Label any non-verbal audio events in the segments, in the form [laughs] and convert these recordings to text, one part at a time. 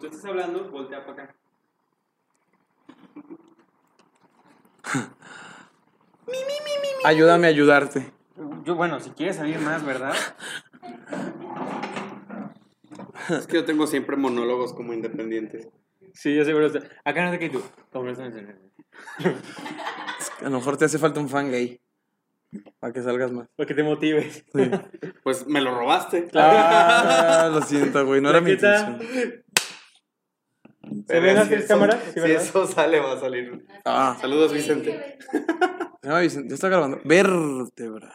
tú estás hablando, voltea para acá. Ayúdame a ayudarte. Yo, bueno, si quieres salir más, ¿verdad? Es que yo tengo siempre monólogos como independientes. Sí, yo seguro. está- Acá no sé qué tú. Conversaciones. Es que a lo mejor te hace falta un fan gay. Para que salgas más. Para que te motives. Sí. Pues me lo robaste. Ah, lo siento, güey. No era mi Plaqueta. intención. Pero ven las si tres eso- cámaras? Sí, Si ¿verdad? eso sale, va a salir. Ah, Saludos, Vicente. se llama Vicente. Ya está grabando. Vértebra.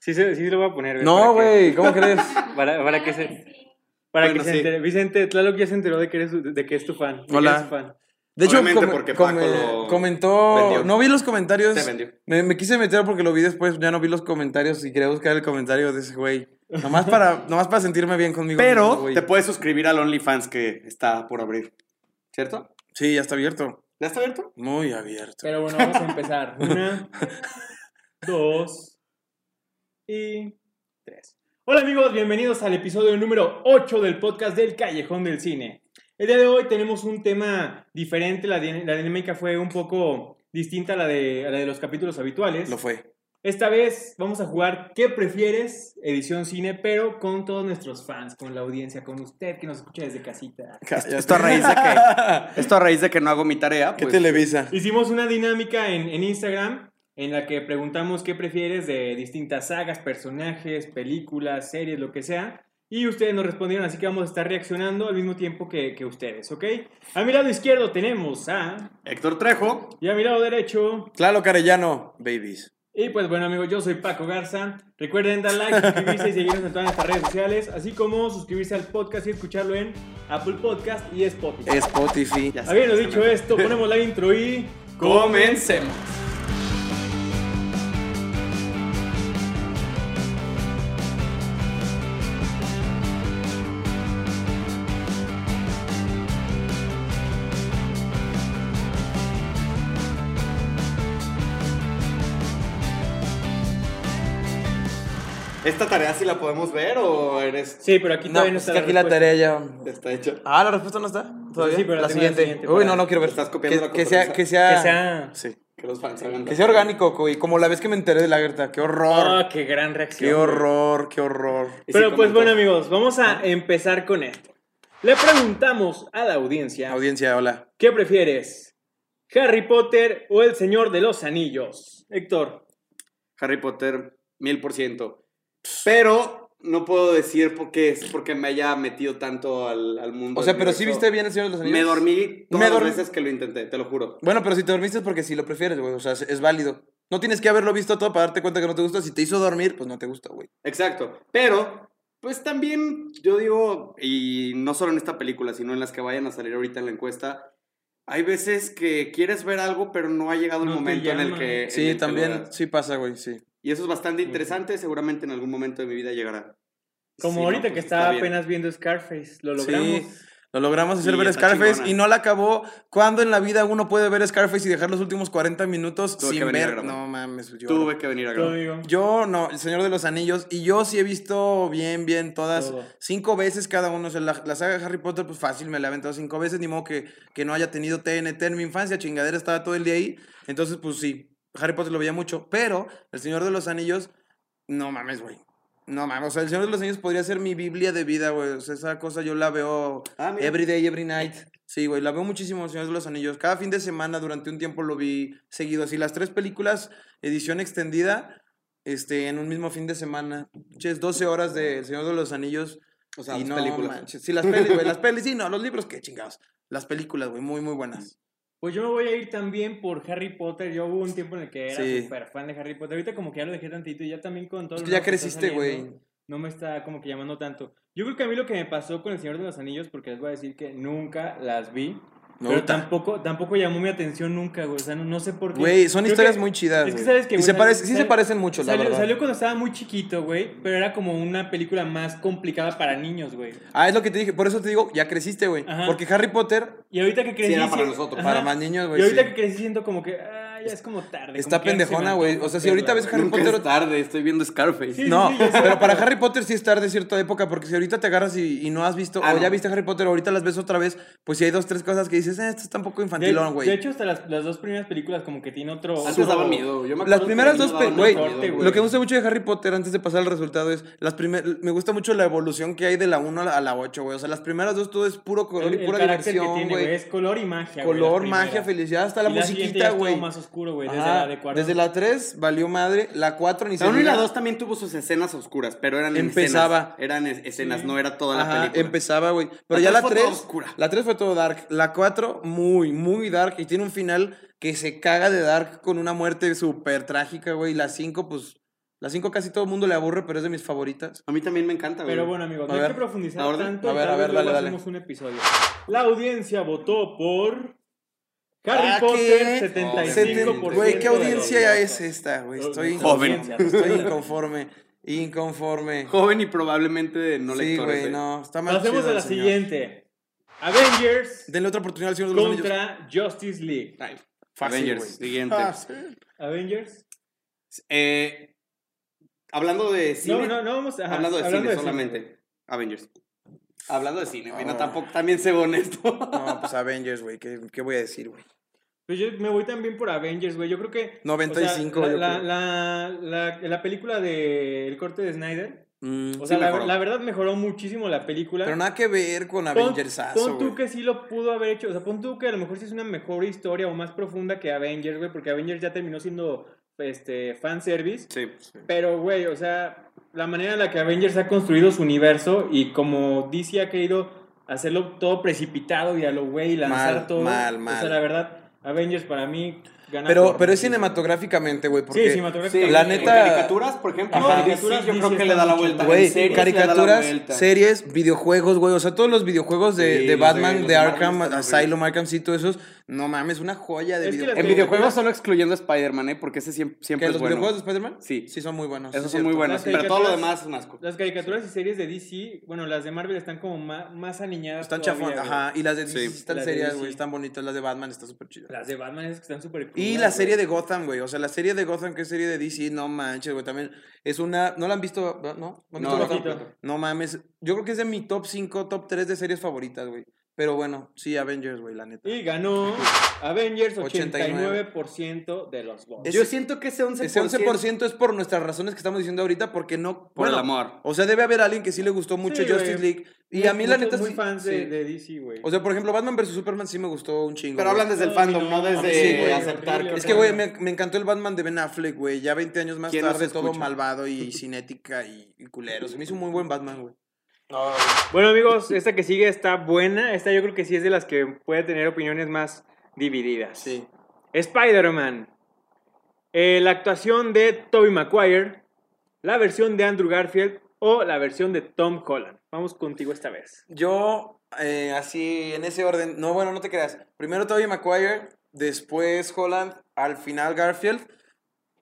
Sí, se- sí lo voy a poner. No, para que- güey. ¿Cómo crees? Para, para que se. Para Bueno, que se sí. entere. Vicente, Tlaloc ya se enteró de que eres, de que es tu fan. de que Hola. eres su fan. De hecho, Obviamente come- porque Paco come- lo comentó. vendió. No vi los comentarios. Te vendió. Me, me quise meter porque lo vi después. Ya no vi los comentarios y quería buscar el comentario de ese güey. Nomás para, nomás para sentirme bien conmigo. mismo, Pero güey. te puedes suscribir al OnlyFans que está por abrir. ¿Cierto? Sí, ya está abierto. ¿Ya está abierto? Muy abierto. Pero bueno, vamos a empezar. [laughs] Una, dos y tres. Hola amigos, bienvenidos al episodio número 8 del podcast del Callejón del Cine. El día de hoy tenemos un tema diferente, la, din- la dinámica fue un poco distinta a la de, a la de los capítulos habituales. Lo fue. Esta vez vamos a jugar ¿Qué prefieres? Edición cine, pero con todos nuestros fans, con la audiencia, con usted que nos escucha desde casita. Esto a raíz de que. Esto a raíz de que no hago mi tarea. [laughs] ¿Qué Pues, televisa? Hicimos una dinámica en, en Instagram en la que preguntamos qué prefieres de distintas sagas, personajes, películas, series, lo que sea. Y ustedes nos respondieron, así que vamos a estar reaccionando al mismo tiempo que, que ustedes, ¿ok? A mi lado izquierdo tenemos a... Héctor Trejo. Y a mi lado derecho... Claro, Carellano. Babies. Y pues bueno amigos, yo soy Paco Garza. Recuerden dar like, suscribirse y seguirnos en todas nuestras redes sociales, así como suscribirse al podcast y escucharlo en Apple Podcast y Spotify. Spotify. Ya sé, Habiendo se dicho me- esto, ponemos la intro y... Comencemos. eh. ¿Esta tarea sí la podemos ver o eres Sí, pero aquí No, todavía no, pues está es que aquí la respuesta. tarea ya. está hecha? Ah, la respuesta no está. Todavía. sí, pero la la, tengo la siguiente. siguiente Uy, para- no, no quiero ver. Estás copiando que, la que sea, que sea. Que sea... Sí. Que los fans hagan la- Que sea orgánico, güey. Como la vez que me enteré de la Gerta. Ah, Qué horror. Oh, qué gran reacción. qué horror, qué horror. Y sí Pero pues comentó. bueno, amigos, vamos a empezar con esto. Le preguntamos a la audiencia, Audiencia, hola. ¿qué prefieres? ¿Harry Potter o El Señor de los Anillos? Héctor, Harry Potter, mil por ciento. Pero no puedo decir por qué es porque me haya metido tanto al, al mundo. O sea, del pero sí universo. viste bien el Señor de los Anillos. Me dormí todas Me dormí. las veces que lo intenté, te lo juro. Bueno, pero si te dormiste es porque si lo prefieres, güey. O sea, es- es válido. No tienes que haberlo visto todo para darte cuenta que no te gusta. Si te hizo dormir, pues no te gusta, güey. Exacto. Pero, pues también, yo digo, y no solo en esta película, sino en las que vayan a salir ahorita en la encuesta, hay veces que quieres ver algo, pero no ha llegado No el te momento en el llama. que. en el que Sí, lo también. hagas. Sí pasa, güey, sí. Y eso es bastante interesante, seguramente en algún momento de mi vida llegará. como Si no, ahorita pues, que estaba bien. apenas viendo Scarface, lo Sí. logramos. Lo logramos hacer Y ver está Scarface chingona. y no la acabó. ¿Cuándo en la vida uno puede ver Scarface y dejar los últimos 40 minutos Tuve que sin venir a ver? grabar. No mames, yo. Tuve que venir a Todo, grabar. amigo. Yo no, El Señor de los Anillos. Y yo sí he visto bien, bien todas. Todo. Cinco veces cada uno. O sea, la, la saga de Harry Potter, pues fácil, me la he aventado cinco veces. Ni modo que, que no haya tenido TNT en mi infancia. Chingadera estaba todo el día ahí. Entonces, pues sí, Harry Potter lo veía mucho. Pero El Señor de los Anillos, no mames, güey. No mames, o sea, El Señor de los Anillos podría ser mi Biblia de vida, güey. O sea, esa cosa yo la veo Ah, mira. every day, every night. Sí, güey, la veo muchísimo, El Señor de los Anillos. Cada fin de semana durante un tiempo lo vi seguido. Así las tres películas, edición extendida, este, en un mismo fin de semana. Ches, 12 horas de El Señor de los Anillos. O sea, y las no películas. manches. Sí, las pelis, güey, las pelis, sí, no, los libros, qué chingados. Las películas, güey, muy, muy buenas. Pues yo me voy a ir también por Harry Potter. Yo hubo un tiempo en el que era Sí. súper fan de Harry Potter. Ahorita como que ya lo dejé tantito y ya también con todo Es lo que ya nuevo está creciste, saliendo, güey. no me está como que llamando tanto. Yo creo que a mí lo que me pasó con El Señor de los Anillos, porque les voy a decir que nunca las vi, No, pero ta- tampoco, tampoco llamó mi atención nunca, güey. O sea, no, no sé por qué. Güey, son Creo historias que muy chidas. es que güey. sabes que, y güey, se sal- parecen, sí se sal- parecen mucho, la Salió, verdad. salió cuando estaba muy chiquito, güey, pero era como una película más complicada para niños, güey. Ah, es lo que te dije, por eso te digo, ya creciste, güey. Ajá. Porque Harry Potter, Y ahorita que crecí... era para sí- nosotros, ajá. para más niños, güey. Y ahorita sí. que crecí siento como que, ah, ya es como tarde. como Está que ya se pendejona, me güey. antoja O sea, si ahorita verla, ves güey. Harry Nunca Potter- es tarde, estoy viendo Scarface. Sí, No, sí, ya sé. pero para Harry Potter sí es tarde cierta época, porque si ahorita te agarras y, y no has visto, Ah, o no. ya viste Harry Potter, ahorita las ves otra vez, pues si hay dos, tres cosas que dices, eh, esto está un poco De- infantilón, De, güey. Ah, hecho, hasta las, las dos primeras películas como que tiene otro... Antes otro- daba miedo. Yo me Las acuerdo primeras que dos, no daban pe- güey, tanto miedo, güey. lo que me gusta mucho de Harry Potter, antes de pasar al resultado, es, las primer, me gusta mucho la evolución que hay de la 1 a la 8, güey. O sea, las primeras dos todo es puro color El, y el pura carácter que diversión, tiene, güey, güey. es color y magia, güey, Color, las magia, primeras. felicidad, hasta la Y siguiente ya musiquita, estuvo güey. más oscuro, güey, desde Ajá, la de cuarto. Desde la 3 valió madre, la 4 ni La 1 y la diga. 2 también tuvo sus escenas oscuras, pero eran en Empezaba. escenas. Eran es- escenas, Sí. no era toda la Ajá, película. empezaba, güey. Pero La ya tres la fue toda 3. oscura. La 3 fue todo dark. La 4, muy, muy dark. Y tiene un final que se caga de dark con una muerte súper trágica, güey. La 5, pues. La 5 casi todo el mundo le aburre, pero es de mis favoritas. A mí también me encanta, güey. Pero bueno, amigos, A no hay ver, que profundizar a ver, tanto. a ver, tal a ver, vez dale, luego dale. hacemos un episodio. La audiencia votó por... Harry Ah, ¿qué? Potter, Seten- 75%. Güey, ¿qué de los audiencia es votos. esta, güey? Los- Estoy los Joven. inconforme, Estoy inconforme. [laughs] Inconforme. Joven y probablemente no Sí, lectores. güey, ¿eh? no. Está mal. Pasemos chido a el la señor. siguiente. Avengers Denle otra oportunidad al señor de los Anillos. contra Justice League. Ay, Fácil, Avengers, güey. Ah, siguiente. [laughs] Fácil. Avengers. Eh, hablando de cine. No, no, no vamos a. hablando de cine solamente. Avengers. Hablando de cine, güey, no, Ah. tampoco, también sé honesto. [laughs] No, pues Avengers, güey. ¿Qué, ¿Qué voy a decir, güey? Pues yo me voy también por Avengers, güey. Yo creo que. o sea, 95, yo la, creo. la, la, la, la película de El corte de Snyder. Mm. O sea, la, mejoró. la verdad mejoró muchísimo la película. Pero nada que ver con Pon- Avengersazo, Pon tú güey. que sí lo pudo haber hecho. O sea, pon tú que a lo mejor sí es una mejor historia o más profunda que Avengers, güey. Porque Avengers ya terminó siendo este, fanservice. Sí. Pero, güey, o sea, la manera en la que Avengers ha construido su universo y como DC ha querido hacerlo todo precipitado y a lo güey, lanzar Mal, todo. mal, O mal. sea, la verdad, Avengers para mí gana. Pero, por- pero es cinematográficamente, güey, porque... Sí, cinematográfico. Sí, La en neta- Caricaturas, por ejemplo. Ajá. caricaturas, yo Sí, creo sí que está le da la mucho. vuelta. Güey, En series le da la caricaturas, vuelta. series, videojuegos, güey. O sea, todos los videojuegos de, Sí, de los Batman, de- de, los de Marvel Arkham, están Asylum, Arkham City, todos esos. No mames, una joya Es de que videojuegos. las- En videojuegos solo excluyendo a Spider-Man, ¿eh? Porque ese siempre, siempre ¿Que es los bueno. videojuegos de Spider-Man? Sí. Sí, son muy buenos. Esos sí, son muy cierto. buenos. Las Pero todo lo caricaturas- demás es un asco. Las caricaturas y series de DC, bueno, las de Marvel están como ma- más, aniñadas. Están todavía, chafón, güey. ajá. Y las de DC Sí. están Las de serias, DC. güey. Están bonitas. Las de Batman está súper chidas. Las de Batman es que están súper Y crudas, la güey. serie de Gotham, güey. O sea, la serie de Gotham, que es serie de DC, no manches, güey. También es una. ¿No la han visto? ¿No? ¿No, han visto No, no, Gotham? poquito. No mames. Yo creo que es de mi top 5, top 3 de series favoritas, güey. Pero bueno, sí, Avengers, güey, la neta. Y ganó Avengers 89. 89% de los votos. Es- Yo siento que ese 11%. Ese 11% es por nuestras razones que estamos diciendo ahorita, porque no. Por bueno, el amor. O sea, debe haber alguien que sí le gustó mucho Sí, Justice güey. League. Y a mí, la neta. Muy sí- fans sí. de, de DC, güey. O sea, por ejemplo, Batman vs Superman sí me gustó un chingo. Pero güey. hablan desde el No, fandom, no, no sí, desde güey, aceptar horrible, que. Es que, güey, me, me encantó el Batman de Ben Affleck, güey. Ya 20 años más ¿Quién nos tarde, todo escucha? malvado [laughs] y cinética y, y culero. Se me hizo un muy buen Batman, güey. Bueno, amigos, esta que sigue está buena. Esta yo creo que sí es de las que puede tener opiniones más divididas. Sí. Spider-Man. Eh, la actuación de Tobey Maguire. La versión de Andrew Garfield. O la versión de Tom Holland. Vamos contigo esta vez. Yo, eh, así, en ese orden. No, bueno, no te creas. Primero Tobey Maguire, después Holland, al final Garfield.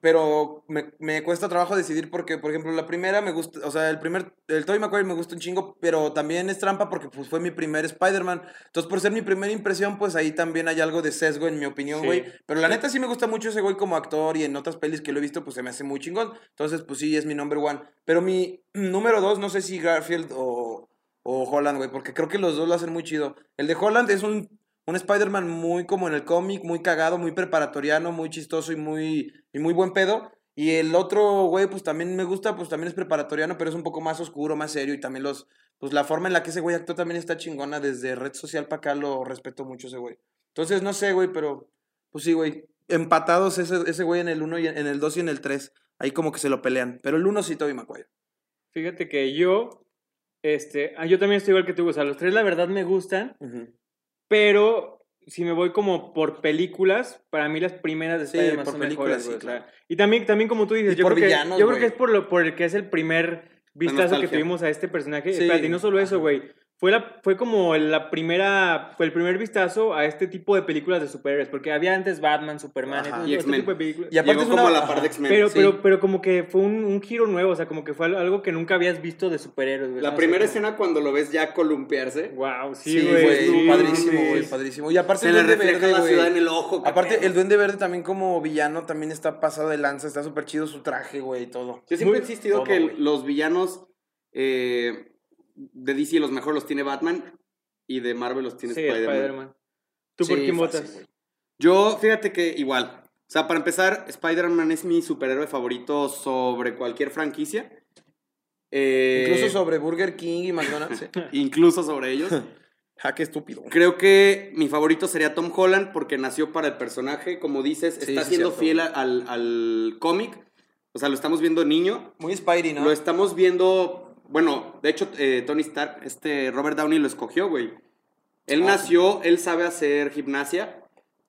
Pero me, me cuesta trabajo decidir porque, por ejemplo, la primera me gusta, o sea, el primer, el Tobey Maguire me gusta un chingo, pero también es trampa porque pues, fue mi primer Spider-Man. Entonces, por ser mi primera impresión, pues ahí también hay algo de sesgo en mi opinión, Sí. güey. Pero la neta sí me gusta mucho ese güey como actor y en otras pelis que lo he visto, pues se me hace muy chingón. Entonces, pues sí, es mi number one. Pero mi número dos, no sé si Garfield o, o Holland, güey, porque creo que los dos lo hacen muy chido. El de Holland es un, un Spider-Man muy como en el cómic, muy cagado, muy preparatoriano, muy chistoso y muy, y muy buen pedo. Y el otro, güey, pues también me gusta, pues también es preparatoriano, pero es un poco más oscuro, más serio. Y también los, pues la forma en la que ese güey actuó también está chingona. Desde red social para acá lo respeto mucho ese güey. Entonces, no sé, güey, pero pues sí, güey. Empatados ese, ese güey en el 1 y en en el 2 y en el 3. Ahí como que se lo pelean. Pero el 1 sí, Toby Maguire. Fíjate que yo. Este, ah, yo también estoy igual que tú. O sea, los tres la verdad me gustan. Pero si me voy como por películas, para mí las primeras de Sí, Spider-Man por son películas, mejores, güey, sí, o sea, Y también, también como tú dices, Y yo, por creo, villanos, que, yo creo güey. que es por, lo, por el que es el primer vistazo que nostalgia. tuvimos a este personaje. Sí. Espérate, y no solo eso, Ajá. güey. fue, la, fue como la primera, fue el primer vistazo a este tipo de películas de superhéroes, porque había antes Batman, Superman, Ajá, este- y este X-Men. tipo de películas. Y aparte Llegó es una- como a la par de Ajá. X-Men. Pero, sí. pero, pero como que fue un, un giro nuevo, o sea, como que fue al- algo que nunca habías visto de superhéroes, güey. la primera escena cuando lo ves ya columpiarse, Wow, sí, Sí, güey. güey, sí, padrísimo, sí. güey, padrísimo. Y aparte se el le Duende refleja Verde, la güey. ciudad en el ojo. qué Aparte, pedo. el Duende Verde también como villano también está pasado de lanza, está súper chido su traje, güey, y todo. Yo siempre Muy- he insistido todo, que güey. los villanos eh, de DC los mejores los tiene Batman y de Marvel los tiene Sí, Spider-Man. Spider-Man. ¿Tú por Sí, quién fácil, votas? güey. Yo, fíjate que igual. O sea, para empezar, Spider-Man es mi superhéroe favorito sobre cualquier franquicia. Eh, Incluso sobre Burger King y [laughs] McDonald's. sí. incluso [laughs] sobre ellos. ja, qué estúpido. Creo que mi favorito sería Tom Holland porque nació para el personaje. Como dices, Sí, está sí, siendo cierto. fiel a- al, al cómic. O sea, lo estamos viendo niño. Muy Spidey, ¿no? Lo estamos viendo. Bueno, de hecho, eh, Tony Stark, este Robert Downey lo escogió, güey. Él Ah, nació, él sabe hacer gimnasia.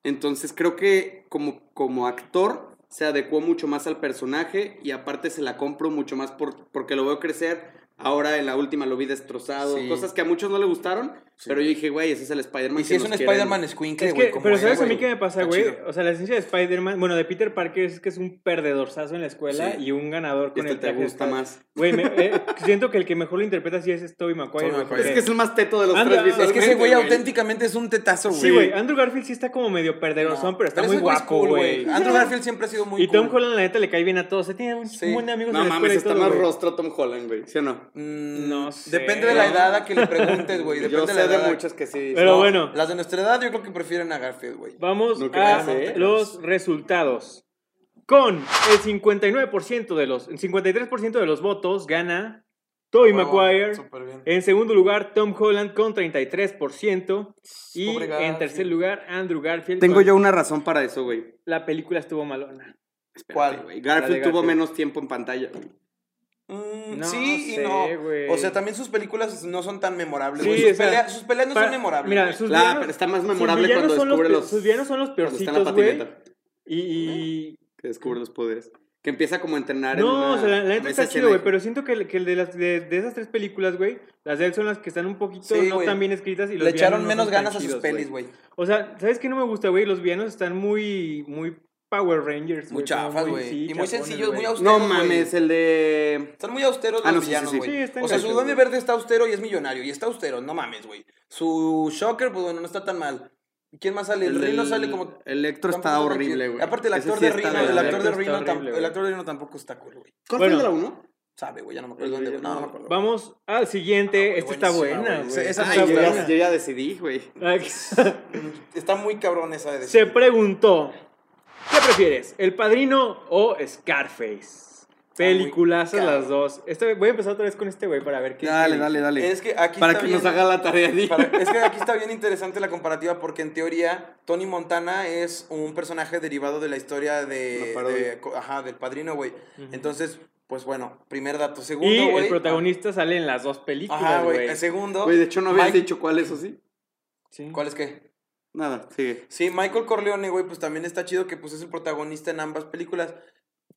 Entonces creo que como, como actor se adecuó mucho más al personaje y aparte se la compro mucho más por, porque lo veo crecer. Ahora en la última lo vi destrozado. Sí. Cosas que a muchos no le gustaron, Sí. pero yo dije, güey, ese es el Spider-Man. y si que es nos un quieren. Spider-Man squinkle, Es güey. que, como pero es, ¿sabes a güey. mí qué me pasa, Está güey? chido. O sea, la esencia de Spider-Man, bueno, de Peter Parker es que es un perdedorzazo en la escuela Sí. y un ganador con Este el te traje. de gusta Spider- más. Güey, me- eh, siento que el que mejor lo interpreta sí es Tobey Maguire. Tobey güey, Maguire. porque- Es que es el más teto de los Anda, tres es que Es que ese visualmente, güey auténticamente es un tetazo, güey. Sí, güey, Andrew Garfield sí está como medio perderosón, No, pero está muy ese güey es guapo, cool, güey. Andrew Garfield siempre ha sido muy y Tom cool. Holland, la neta, le cae bien a todos. Se tiene un Sí. buen de amigos No en la mames, escuela y está todo, más güey. rostro Tom Holland, güey. ¿Sí o no? Mm, No sé. Depende de la edad a que le preguntes, güey. Depende Yo de sé la edad. de muchos que sí. Pero bueno, Las de nuestra edad yo creo que prefieren a Garfield, güey. vamos No a creas, ¿eh? los resultados. Con el 59% de los, el 53% de los votos gana Tobey Ah, Huevo, Maguire. súper bien. En segundo lugar, Tom Holland con 33%. Y Pobre en Garfield. tercer lugar, Andrew Garfield. Tengo con- yo una razón para eso, güey. La película estuvo malona. Espérate, ¿Cuál? güey. Garfield La de tuvo Garfield. menos tiempo en pantalla. Mm, No sí sé, y no. güey. O sea, también sus películas no son tan memorables. Sí, güey. sus, o sea, peleas, sus peleas no Para- son memorables. Mira, güey. sus La, villanos- pero está más sus memorable villanos cuando son los descubre pe- los. Sus villanos son los cuando está en la peorcitos, güey. patineta. Y... y- Que descubre los poderes. Que empieza como a entrenar. en No, una o sea, la, la neta mesa está chido, güey. escena. Pero siento que, el- que el de, las, de, de esas tres películas, güey, las de él son las que están un poquito Sí, no güey. tan bien escritas. Y los Le villanos echaron no menos son tan ganas a sus chidos, pelis, güey. O sea, ¿sabes qué no me gusta, güey? Los villanos están muy, muy Power Rangers, güey. Muy chafas, Como güey. sí, y muy chafones, sencillos, muy güey. austeros. No güey. mames, el de. Están muy austeros Ah, los no, sí, sí, villanos, sí. güey. Sí, están o sea, su gachos, duende güey. verde está austero y es millonario. Y está austero, no mames, güey. Su Shocker, pues bueno, no está tan mal. ¿Y ¿Quién más sale? El, Rino del- sale como. El Electro tampoco está tan horrible, chido. güey. Aparte, el Ese actor sí de está Rino, de la el actor verga. de Electro está Rino tam- horrible, el güey. actor de Rino tampoco está cool, güey. ¿Cuál fue el de la Bueno. 1? Sabe, güey, ya no me acuerdo dónde. No, no me acuerdo. Vamos al siguiente. Ah, güey, Esta está buenísima, buena, güey. güey. Esa Esta me está Yo gusta. ya, buena. yo ya decidí, güey. Está muy cabrón esa [laughs] de Se preguntó, ¿qué prefieres? ¿El Padrino o Scarface? Peliculazo muy cabrón. las dos. Este- voy a empezar otra vez con este güey para ver qué... Dale, dale, dale. Es que aquí Para está que bien- nos haga la tarea, Di. para- es que aquí está bien interesante la comparativa porque en teoría Tony Montana es un personaje derivado de la historia de, Una parodia. de- co- ajá, del padrino, güey. Ujú. Entonces, pues bueno, primer dato. Segundo, Y güey. el protagonista sale en las dos películas, Ajá, güey. güey. el Segundo. Güey, de hecho no habías Mike- dicho cuál es, ¿o sí? Sí. ¿Cuál es qué? Nada, sigue. Sí, Michael Corleone, güey, pues también está chido que pues es el protagonista en ambas películas.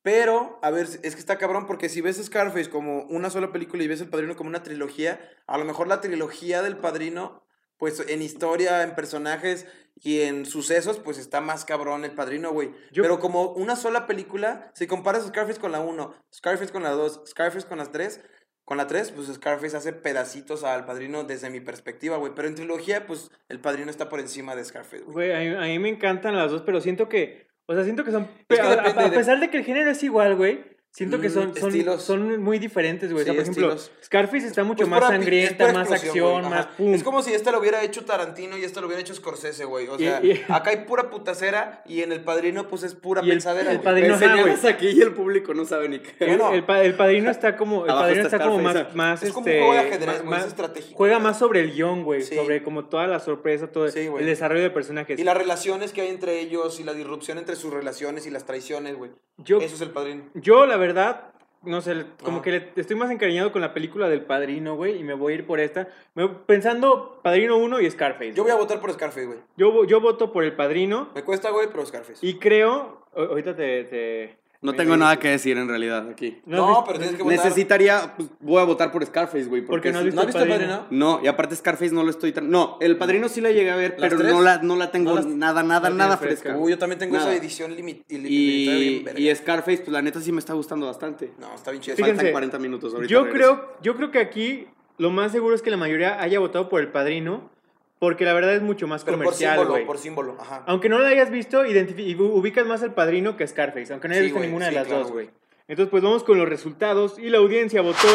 Pero, a ver, es que está cabrón porque si ves Scarface como una sola película y ves El Padrino como una trilogía, a lo mejor la trilogía del Padrino, pues en historia, en personajes y en sucesos, pues está más cabrón El Padrino, güey. Yo- Pero como una sola película, si comparas Scarface con la 1, Scarface con la 2, Scarface con las 3, con la 3, pues Scarface hace pedacitos al Padrino desde mi perspectiva, güey. Pero en trilogía, pues El Padrino está por encima de Scarface, güey. Güey, a, mí- a mí me encantan las dos, pero siento que... O sea, siento que son... Es que a- a- depende a, de- pesar de que el género es igual, güey. Siento que Mm, son, son, estilos. son muy diferentes, güey. O sea, Sí, por ejemplo, estilos. Scarface está mucho Pues más pura pi- es pura sangrienta, más explosión, güey, acción, ajá. más pum. Es como si este lo hubiera hecho Tarantino y este lo hubiera hecho Scorsese, güey. O Y- sea, y- acá hay pura putacera y en El Padrino, pues es pura Y el- pensadera, el güey. Padrino, Me ajá, güey. señalas aquí y el público no sabe ni qué. El, Bueno. el pa- el padrino está como. El Abajo padrino está está como Scarface, más. más, Es como un este, juego de ajedrez, más- güey, es más- estratégico. Juega más sobre el guión, güey. Sí. Sobre como toda la sorpresa, todo Sí, güey. el desarrollo de personajes. Y las relaciones que hay entre ellos y la disrupción entre sus relaciones y las traiciones, güey. Yo- Eso es El Padrino. Yo, la verdad, no sé, como Ajá. que le- estoy más encariñado con la película del padrino, güey. Y me voy a ir por esta. Me- pensando Padrino 1 y Scarface. Yo Yo, voy a votar por Scarface, güey. vo- yo voto por el padrino. Me cuesta, güey, pero Scarface. Y creo. a- Ahorita te. te- No tengo nada que decir en realidad aquí. ¿No has No, visto- pero tienes que votar. Necesitaría, pues, voy a votar por Scarface, güey. Porque no has sí- visto, ¿No has visto el Padrino? padrino? No, y aparte Scarface no lo estoy... tra- No, El Padrino sí la llegué a ver, ¿Las pero tres? no la, no la tengo No las- nada, nada, la nada tienes fresca. fresca. Uy, yo también tengo Nada. esa edición limit- ilimitada. Y, bien verga. y Scarface, pues la neta sí me está gustando bastante. No, está bien chida. Fíjense, Faltan 40 minutos ahorita. Yo regreso. creo, yo creo que aquí lo más seguro es que la mayoría haya votado por el padrino, porque la verdad es mucho más Pero por comercial, símbolo, güey. por símbolo. Ajá. Aunque no la hayas visto, identifi- y u- ubicas más al padrino que a Scarface, aunque no hayas Sí, visto güey, ninguna de sí, las claro, dos, güey. Entonces, pues vamos con los resultados. Y la audiencia votó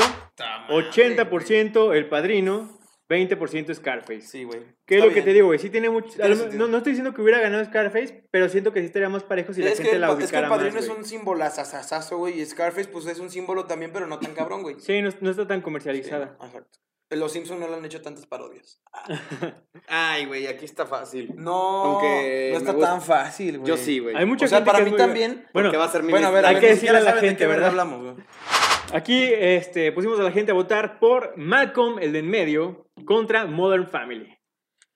80% el padrino, 20% Scarface. Sí, güey. ¿Qué es Está lo que bien. te digo, güey? Sí tiene mucho... Sí a lo tiene me- sentido. no, no estoy diciendo que hubiera ganado Scarface, pero siento que sí estaría más parejo si la es, gente que el, la pa- es que el ubicara padrino más, es güey. un símbolo asasazo, güey. Y Scarface, pues es un símbolo también, pero no tan cabrón, güey. Sí, no, no está tan comercializada. Exacto. Los Simpsons no le han hecho tantas parodias. Ay, güey, aquí está fácil. No, Aunque no me está gusta. tan fácil, güey. Yo sí, güey. Hay mucha O sea, gente para que es mí muy- también. Bueno, que va a ser mi Bueno, a ver, lista. a Hay ver, que ni decirle siquiera a la saben de gente, qué verga ¿verdad? hablamos, güey. Aquí este, pusimos a la gente a votar por Malcolm, el de en medio, contra Modern Family.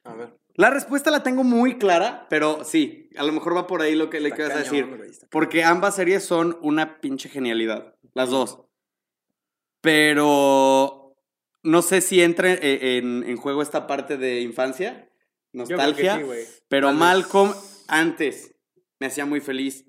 A ver. La respuesta la tengo muy clara, pero sí, a lo mejor va por ahí lo que le Está quieras cañón, decir. güey, está Porque ambas series son una pinche genialidad, las dos. Pero no sé si entra eh, en, en juego esta parte de infancia, Yo creo que nostalgia, sí, güey. pero Tal vez. Malcolm antes me hacía muy feliz.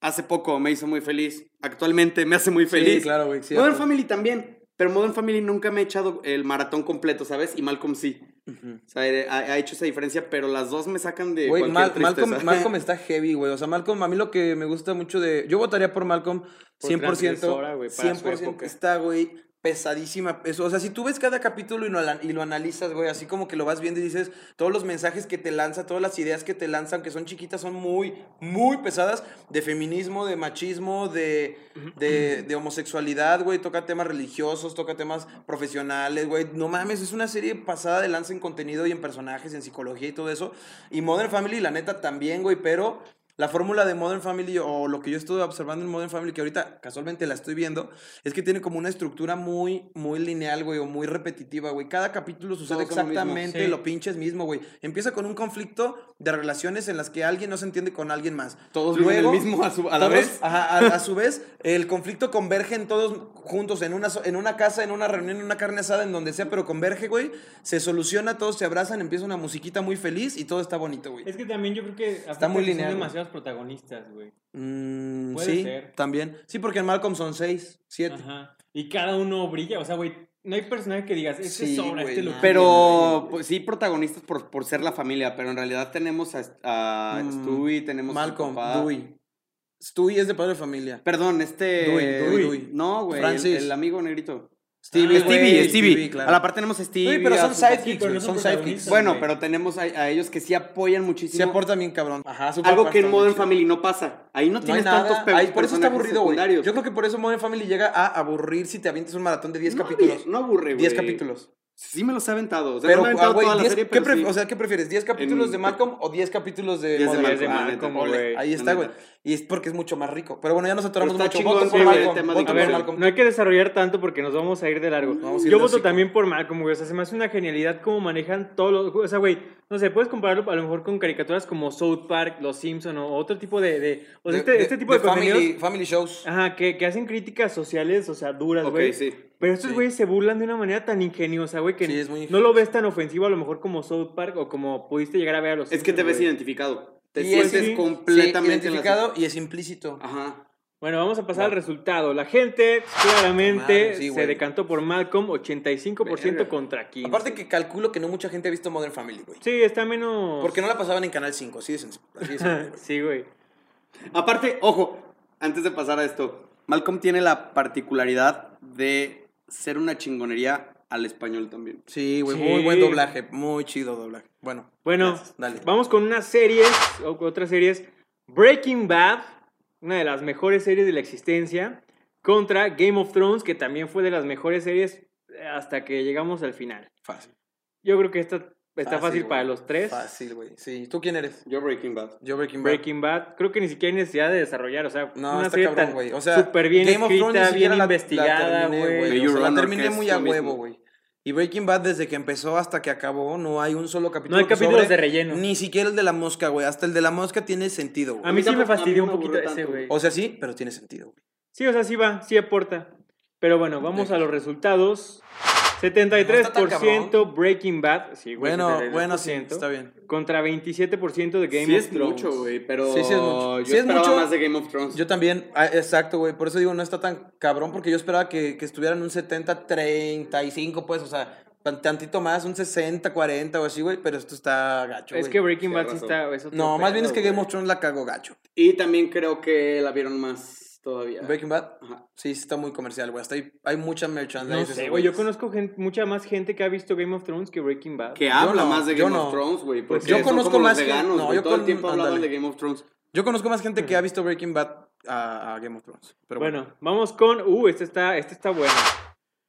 Hace poco me hizo muy feliz. Actualmente me hace muy feliz. Sí, claro, güey. sí, Modern a- Family también, pero Modern Family nunca me ha echado el maratón completo, ¿sabes? Y Malcolm sí. Ujú. O sea, eh, ha, ha hecho esa diferencia, pero las dos me sacan de Güey, cualquier Mal- Malcolm, tristeza. [laughs] Malcolm está heavy, güey. O sea, Malcolm, a mí lo que me gusta mucho de. Yo votaría por Malcolm Por 100%. transgresora, güey, para su 100% época. está, güey, pesadísima. Eso, o sea, si tú ves cada capítulo y lo, ala- y lo analizas, güey, así como que lo vas viendo y dices, todos los mensajes que te lanza, todas las ideas que te lanzan, que son chiquitas, son muy, muy pesadas. De feminismo, de machismo, de, de, de homosexualidad, güey. Toca temas religiosos, toca temas profesionales, güey. No mames, es una serie pasada de lanza en contenido y en personajes, en psicología y todo eso. Y Modern Family, la neta, también, güey, pero la fórmula de Modern Family o lo que yo estuve observando en Modern Family, que ahorita casualmente la estoy viendo, es que tiene como una estructura muy, muy lineal, güey, o muy repetitiva, güey. Cada capítulo sucede Todos son lo mismo, exactamente sí. lo pinches mismo, güey. Empieza con un conflicto de relaciones en las que alguien no se entiende con alguien más. Todos Luego- viven el mismo a, su- a la todos- vez. ajá, a, a su vez, el conflicto converge en todos juntos, en una, so- en una casa, en una reunión, en una carne asada, en donde sea, pero converge, güey. Se soluciona, todos se abrazan, empieza una musiquita muy feliz y todo está bonito, güey. Es que también yo creo que aparte muy que son lineal, son güey. demasiados demasiados protagonistas, güey. Mm, Puede sí, ser. también. Sí, porque en Malcolm son seis, siete. Ajá. Y cada uno brilla, o sea, güey, no hay personaje que digas, este Sí, sobra, güey, este no. lo Pero pues, sí, protagonistas por, por ser la familia, pero en realidad tenemos a, a Mm, Stewie, tenemos Malcolm, a su papá. Dewey. Stewie es de padre de familia. Perdón, este. Dewey, Dewey, Dewey. No, güey. El, Francis. el amigo negrito. Stevie, Ah, Stevie, güey, Stevie. claro. A la par tenemos a Stevie. Güey, pero a son su- sí, sidekicks, pero güey, no son son sidekicks. protagonistas. Bueno, güey. pero tenemos a, a ellos que sí apoyan Se muchísimo. aportan bien cabrón. Ajá, su Algo papá que en está muy Modern chido. Family no pasa. Ahí no No hay tienes nada. tantos pe- Ay, por eso está personajes aburrido, güey. Yo secundarios. creo que por eso Modern Family llega a aburrir si te avientes un maratón de 10 No, capítulos. No aburre, güey. 10 capítulos. Sí me los he aventado. O sea, Pero, no me he ah, aventado güey, toda la 10 serie, ¿qué pero pref- sí. O sea, ¿qué prefieres? ¿10 capítulos En- de Malcolm o 10 capítulos de 10 de Modern Malcolm, Family? Ah, Malcolm, ole. güey. Ahí está, La güey. neta. Y es porque es mucho más rico. Pero bueno, ya nos atoramos Pero está mucho. Voto chingón, por sí, güey, el Malcolm. tema de Voto A por ver, Malcolm. no hay que desarrollar tanto porque nos vamos a ir de largo. Vamos a ir Yo de voto hocico. también por Malcolm, güey. O sea, se me hace una genialidad cómo manejan todos los. O sea, güey, no sé, puedes compararlo a lo mejor con caricaturas como South Park, Los Simpson o otro tipo de. de- o sea, este, este tipo de, contenidos. family, family shows. Ajá, que, que hacen críticas sociales, o sea, duras, Ok, güey. sí. Pero estos Sí. güeyes se burlan de una manera tan ingeniosa, güey, que Sí, es muy no lo ves tan ofensivo a lo mejor como South Park o como pudiste llegar a ver a los Es que te Simpson, ves güey. identificado. Te Y es- sientes sí, completamente Sí, en la- identificado y es implícito. Ajá. Bueno, vamos a pasar al resultado. La gente claramente Madre, sí, se güey. decantó por Malcolm, 85% Verga. contra 15. Aparte que calculo que no mucha gente ha visto Modern Family, güey. Sí, está menos. Porque no la pasaban en Canal 5, así de sencillo. así de sencillo, güey. [laughs] Sí, güey. Aparte, ojo, antes de pasar a esto, Malcolm tiene la particularidad de ser una chingonería al español también. Sí, güey, Sí. muy buen doblaje, muy chido doblaje. Bueno, Bueno, Gracias, dale. vamos con unas series, o otras series. Breaking Bad, una de las mejores series de la existencia, contra Game of Thrones, que también fue de las mejores series eh, hasta que llegamos al final. fácil. Yo creo que esta está Fácil, fácil güey. para los tres. Fácil, güey. Sí, ¿tú quién eres? Yo Breaking Bad. Yo Breaking Bad. Breaking Bad, creo que ni siquiera hay necesidad de desarrollar, o sea, No, una está serie cabrón, tan güey. O sea, súper bien Game of Thrones ni escrita, siquiera bien la- la investigada, terminé, güey. O sea, Mayor la Runner, terminé que es muy lo a mismo. huevo, güey. Y Breaking Bad, desde que empezó hasta que acabó, no hay un solo capítulo. No hay que capítulos sobre, de relleno. Ni siquiera el de la mosca, güey. Hasta el de la mosca tiene sentido, A güey. mí sí me tampoco- a mí fastidió no un me poquito aburrió ese, tanto. güey. O sea, sí, pero tiene sentido, güey. Sí, o sea, sí va, sí aporta. Pero bueno, vamos a los resultados. 73% Breaking Bad. Sí, güey, Bueno, 73%, bueno, sí, está bien. Contra 27% de Game sí of es Thrones. mucho, güey, pero Sí, sí es mucho. yo Sí es esperaba mucho. más de Game of Thrones. Yo también, ah, exacto, güey. Por eso digo, no está tan cabrón, porque yo esperaba que, que estuvieran un 70, 35, pues, o sea, tan- tantito más, un 60, 40 o así, güey. Pero esto está gacho, Es güey. que Breaking sí, Bad sí razón. está. es otro No, más bien pedo, es que güey. Game of Thrones la cagó gacho. Y también creo que la vieron más todavía. Breaking Bad, Ajá. sí, sí está muy comercial, güey. Hasta hay, hay mucha merchandise. No de sé, esos güey. Yo güeyes. conozco gen- mucha más gente que ha visto Game of Thrones que Breaking Bad. Que habla no, más de yo Game no. Pues of Thrones, güey. Porque yo son conozco como más los que- veganos, no, güey, yo Todo el con- tiempo hablaban ándale. de Game of Thrones. Yo conozco más gente que ha visto Breaking Bad a, a Game of Thrones. Pero bueno, Bueno, vamos con. Uh, este está, este está bueno.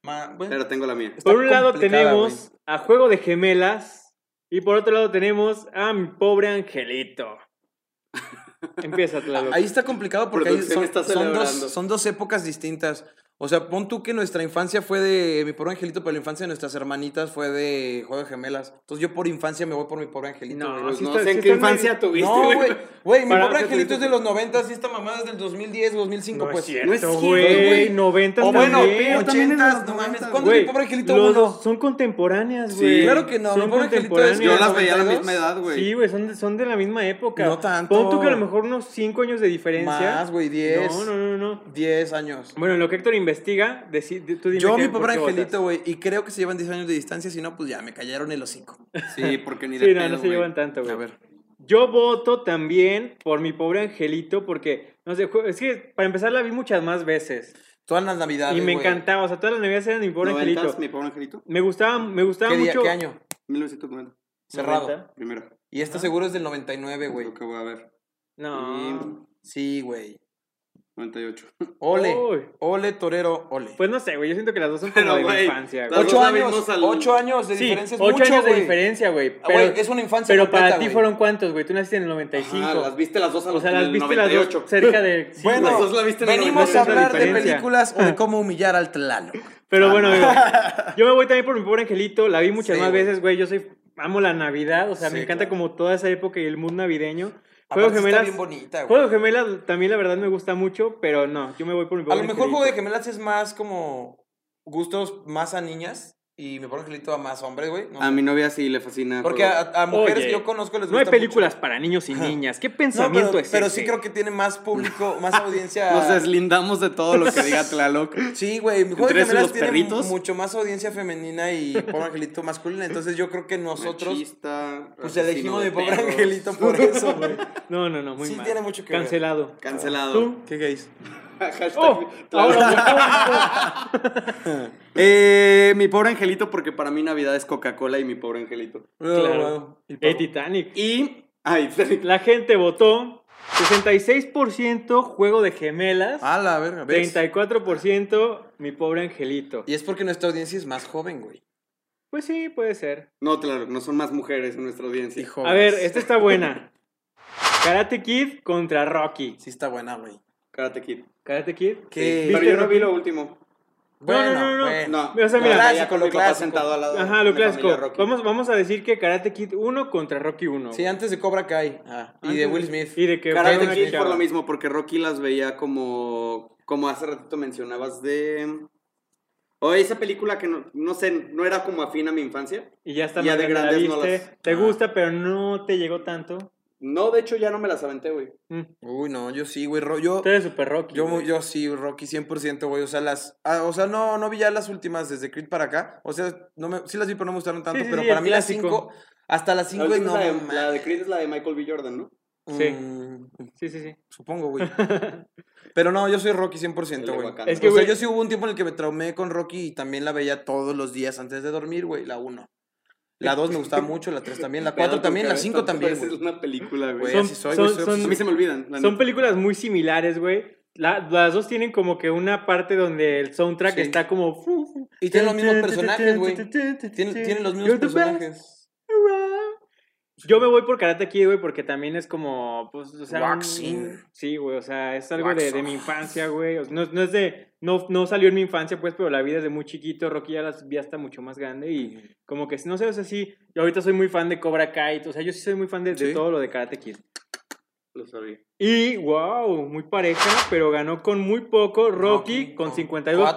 Ma- bueno, Pero tengo la mía. está Por un lado complicada, tenemos güey. a Juego de Gemelas y por otro lado tenemos a mi pobre angelito. [laughs] Empieza, Tlaloc. Ahí está complicado porque ahí son, Producción está son dos, celebrando. son dos épocas distintas. O sea, pon tú que nuestra infancia fue de mi pobre angelito, pero la infancia de nuestras hermanitas fue de Juego de Gemelas. Entonces yo por infancia me voy por mi pobre angelito. No, güey. Pues sí no está- sé sí en qué está muy- infancia tuviste, No, güey. Güey, mi Para- pobre angelito es de los 90 y esta mamada es del 2010, 2005, pues. no es cierto, güey. güey. 90 O bueno, también. pero- también es de 80 los no mames. 90s, ¿Cuándo Güey, mi pobre angelito los uno? dos son contemporáneas, Sí. güey. Claro que no, Son mi pobre angelito es- contemporáneas. Yo las veía a la 92. misma edad, güey. Sí, güey, son de, son de la misma época. No tanto. Pon tú que a lo mejor unos 5 años de diferencia. Más, güey, 10. No, no, no, no. 10 años. Bueno, en lo que Héctor investiga, deci- tú dime Yo, qué- mi por pobre qué votas. angelito, güey, y creo que se llevan 10 años de distancia, si no, pues ya me callaron el hocico. Sí, porque [laughs] ni de Sí, no, pedo, no se güey. llevan tanto, güey. A ver. Yo voto también por mi pobre angelito porque, no sé, jue- es que para empezar la vi muchas más veces Todas las navidades. y me güey. encantaba, o sea, todas las navidades eran mi pobre ¿Noventas, angelito. mi pobre angelito. Me gustaba, me gustaba ¿Qué, día- mucho. ¿Qué año? 1990. Cerrado. 90. Primero. Y este seguro es del 99, güey. Lo que voy a ver. No. Sí, güey. 98. Ole. Uy. Ole, torero, ole. Pues no sé, güey, yo siento que las dos son como Pero, de mi güey, infancia, las güey. dos ocho la años. vimos al- Ocho años de Sí, diferencia. es ocho mucho, años de güey. diferencia, güey. Ah, Pero, güey, es una infancia pero completa, para ti güey. fueron cuántos, güey. Tú naciste en el 95. Ah, las viste las dos a los o sea, las en el viste las 98. dos cerca [laughs] de... sí, Bueno, las güey. dos la viste en el Venimos a 99, hablar de diferencia. películas o de cómo humillar al Tlaloc. Pero bueno, [laughs] güey, yo me voy también por mi pobre angelito. La vi muchas Sí, más güey. veces, güey. Yo soy amo la Navidad, o sea, me Sí, encanta claro. como toda esa época y el mood navideño. Juego Aparte de Está gemelas. bien bonita, güey. Juego de gemelas también la verdad me gusta mucho, pero no, yo me voy por mi A pobre lo mejor Juego de Angelito. Gemelas es más como gustos más a niñas y mi pobre angelito a más hombres, güey. No A sé. mi novia sí le fascina. Porque Juego. a, a mujeres Oye, que yo conozco les No hay gusta películas mucho. para niños y niñas. ¿Qué No, pensamiento pero, es pero ese? sí creo que tiene más público, [laughs] más audiencia. Nos deslindamos de todo lo que diga [laughs] Tlaloc. Sí, güey, mi juego de Entre esos, gemelas los tiene perritos. mucho más audiencia femenina [laughs] y pobre angelito masculina. Entonces yo creo que nosotros Machista, pues asesino elegimos de mi pobre perros. angelito pues. [laughs] por eso, güey. No, no, no, muy Sí mal. tiene mucho que ver. Cancelado. Cancelado. ¿Tú? ¿Qué gays? [laughs] Hashtag [laughs] ¡Oh! Tlaloc. Ahora, Eh, mi pobre angelito, porque para mí Navidad es Coca-Cola y mi pobre angelito. Claro. Y el pavo. Eh, Titanic. Y. Ay, [laughs] La gente votó 66% Juego de gemelas. A la verga, ¿ves? 34% mi pobre angelito. Y es porque nuestra audiencia es más joven, güey. Pues sí, puede ser. no, Tlaloc, no son más mujeres en nuestra audiencia. Y A jóvenes. ver, este esta está buena. [laughs] Karate Kid contra Rocky. Sí está buena, güey. Karate Kid. Karate Kid. ¿Qué? ¿Viste Pero yo no Rocky? vi lo último. no, no, no. bueno. No. O sea, no, mira, la veía clásico, con lo mi papá clásico. sentado al lado Ajá, de lo mi clásico. familia Rocky. Vamos, vamos a decir que Karate Kid 1 contra Rocky 1. Sí, antes de Cobra Kai. Ah, y de Will Smith. Y de que fuera Karate una Kid por chava. lo mismo, porque Rocky las veía como. Como hace ratito mencionabas de. O esa película que no, no sé, no era como afín a mi infancia. Y ya está Ya más de grande, la grandes no viste. las- Te Ah. gusta, pero no te llegó tanto. No, de hecho ya no me las aventé, güey. Mm, Uy, no, yo sí, güey. ro- Yo, Tú eres super Rocky. yo, güey. mu- yo sí, Rocky 100%, güey. O sea, las. ah, o sea, no, no vi ya las últimas desde Creed para acá. O sea, no me, sí las vi, pero no me gustaron tanto. Sí, sí, pero sí, para el mí las clásico. 5. Hasta las La, 5 es no. última es la, de, mames. la de Creed es la de Michael B. Jordan, ¿no? Sí. Mm, Sí, sí, sí. supongo, [laughs] güey. pero no, yo soy Rocky 100%, El de güey. Wakanda. Es que, o sea, güey- yo sí hubo un tiempo en el que me traumé con Rocky y también la veía todos los días antes de dormir, güey. La 1. La 2 me gustaba mucho, la 3 también, la 4 Perdón, también, la porque 5 también, Es güey. una película, güey. Güey, Son- así soy, son- güey, soy son- A mí se me olvidan. la Son neta. películas muy similares, güey. La- las dos tienen como que una parte donde el soundtrack Sí. está como. Y tienen los mismos personajes, güey. Tienen, tienen los mismos You're the best personajes. around. Yo me voy por Karate Kid, güey, porque también es como, pues, o sea... un- Waxing. sí, güey, o sea, es algo Wax de, de mi infancia, güey. O sea, no, no es de... No, no salió en mi infancia, pues, pero la vida desde muy chiquito. Rocky ya las vi hasta mucho más grande y como que, no sé, o sea, sí... Yo ahorita soy muy fan de Cobra Kai. O sea, yo sí soy muy fan de, de Sí. todo lo de Karate Kid. Lo sabía. Y, wow, muy pareja, pero ganó con muy poco. Rocky Rocky con con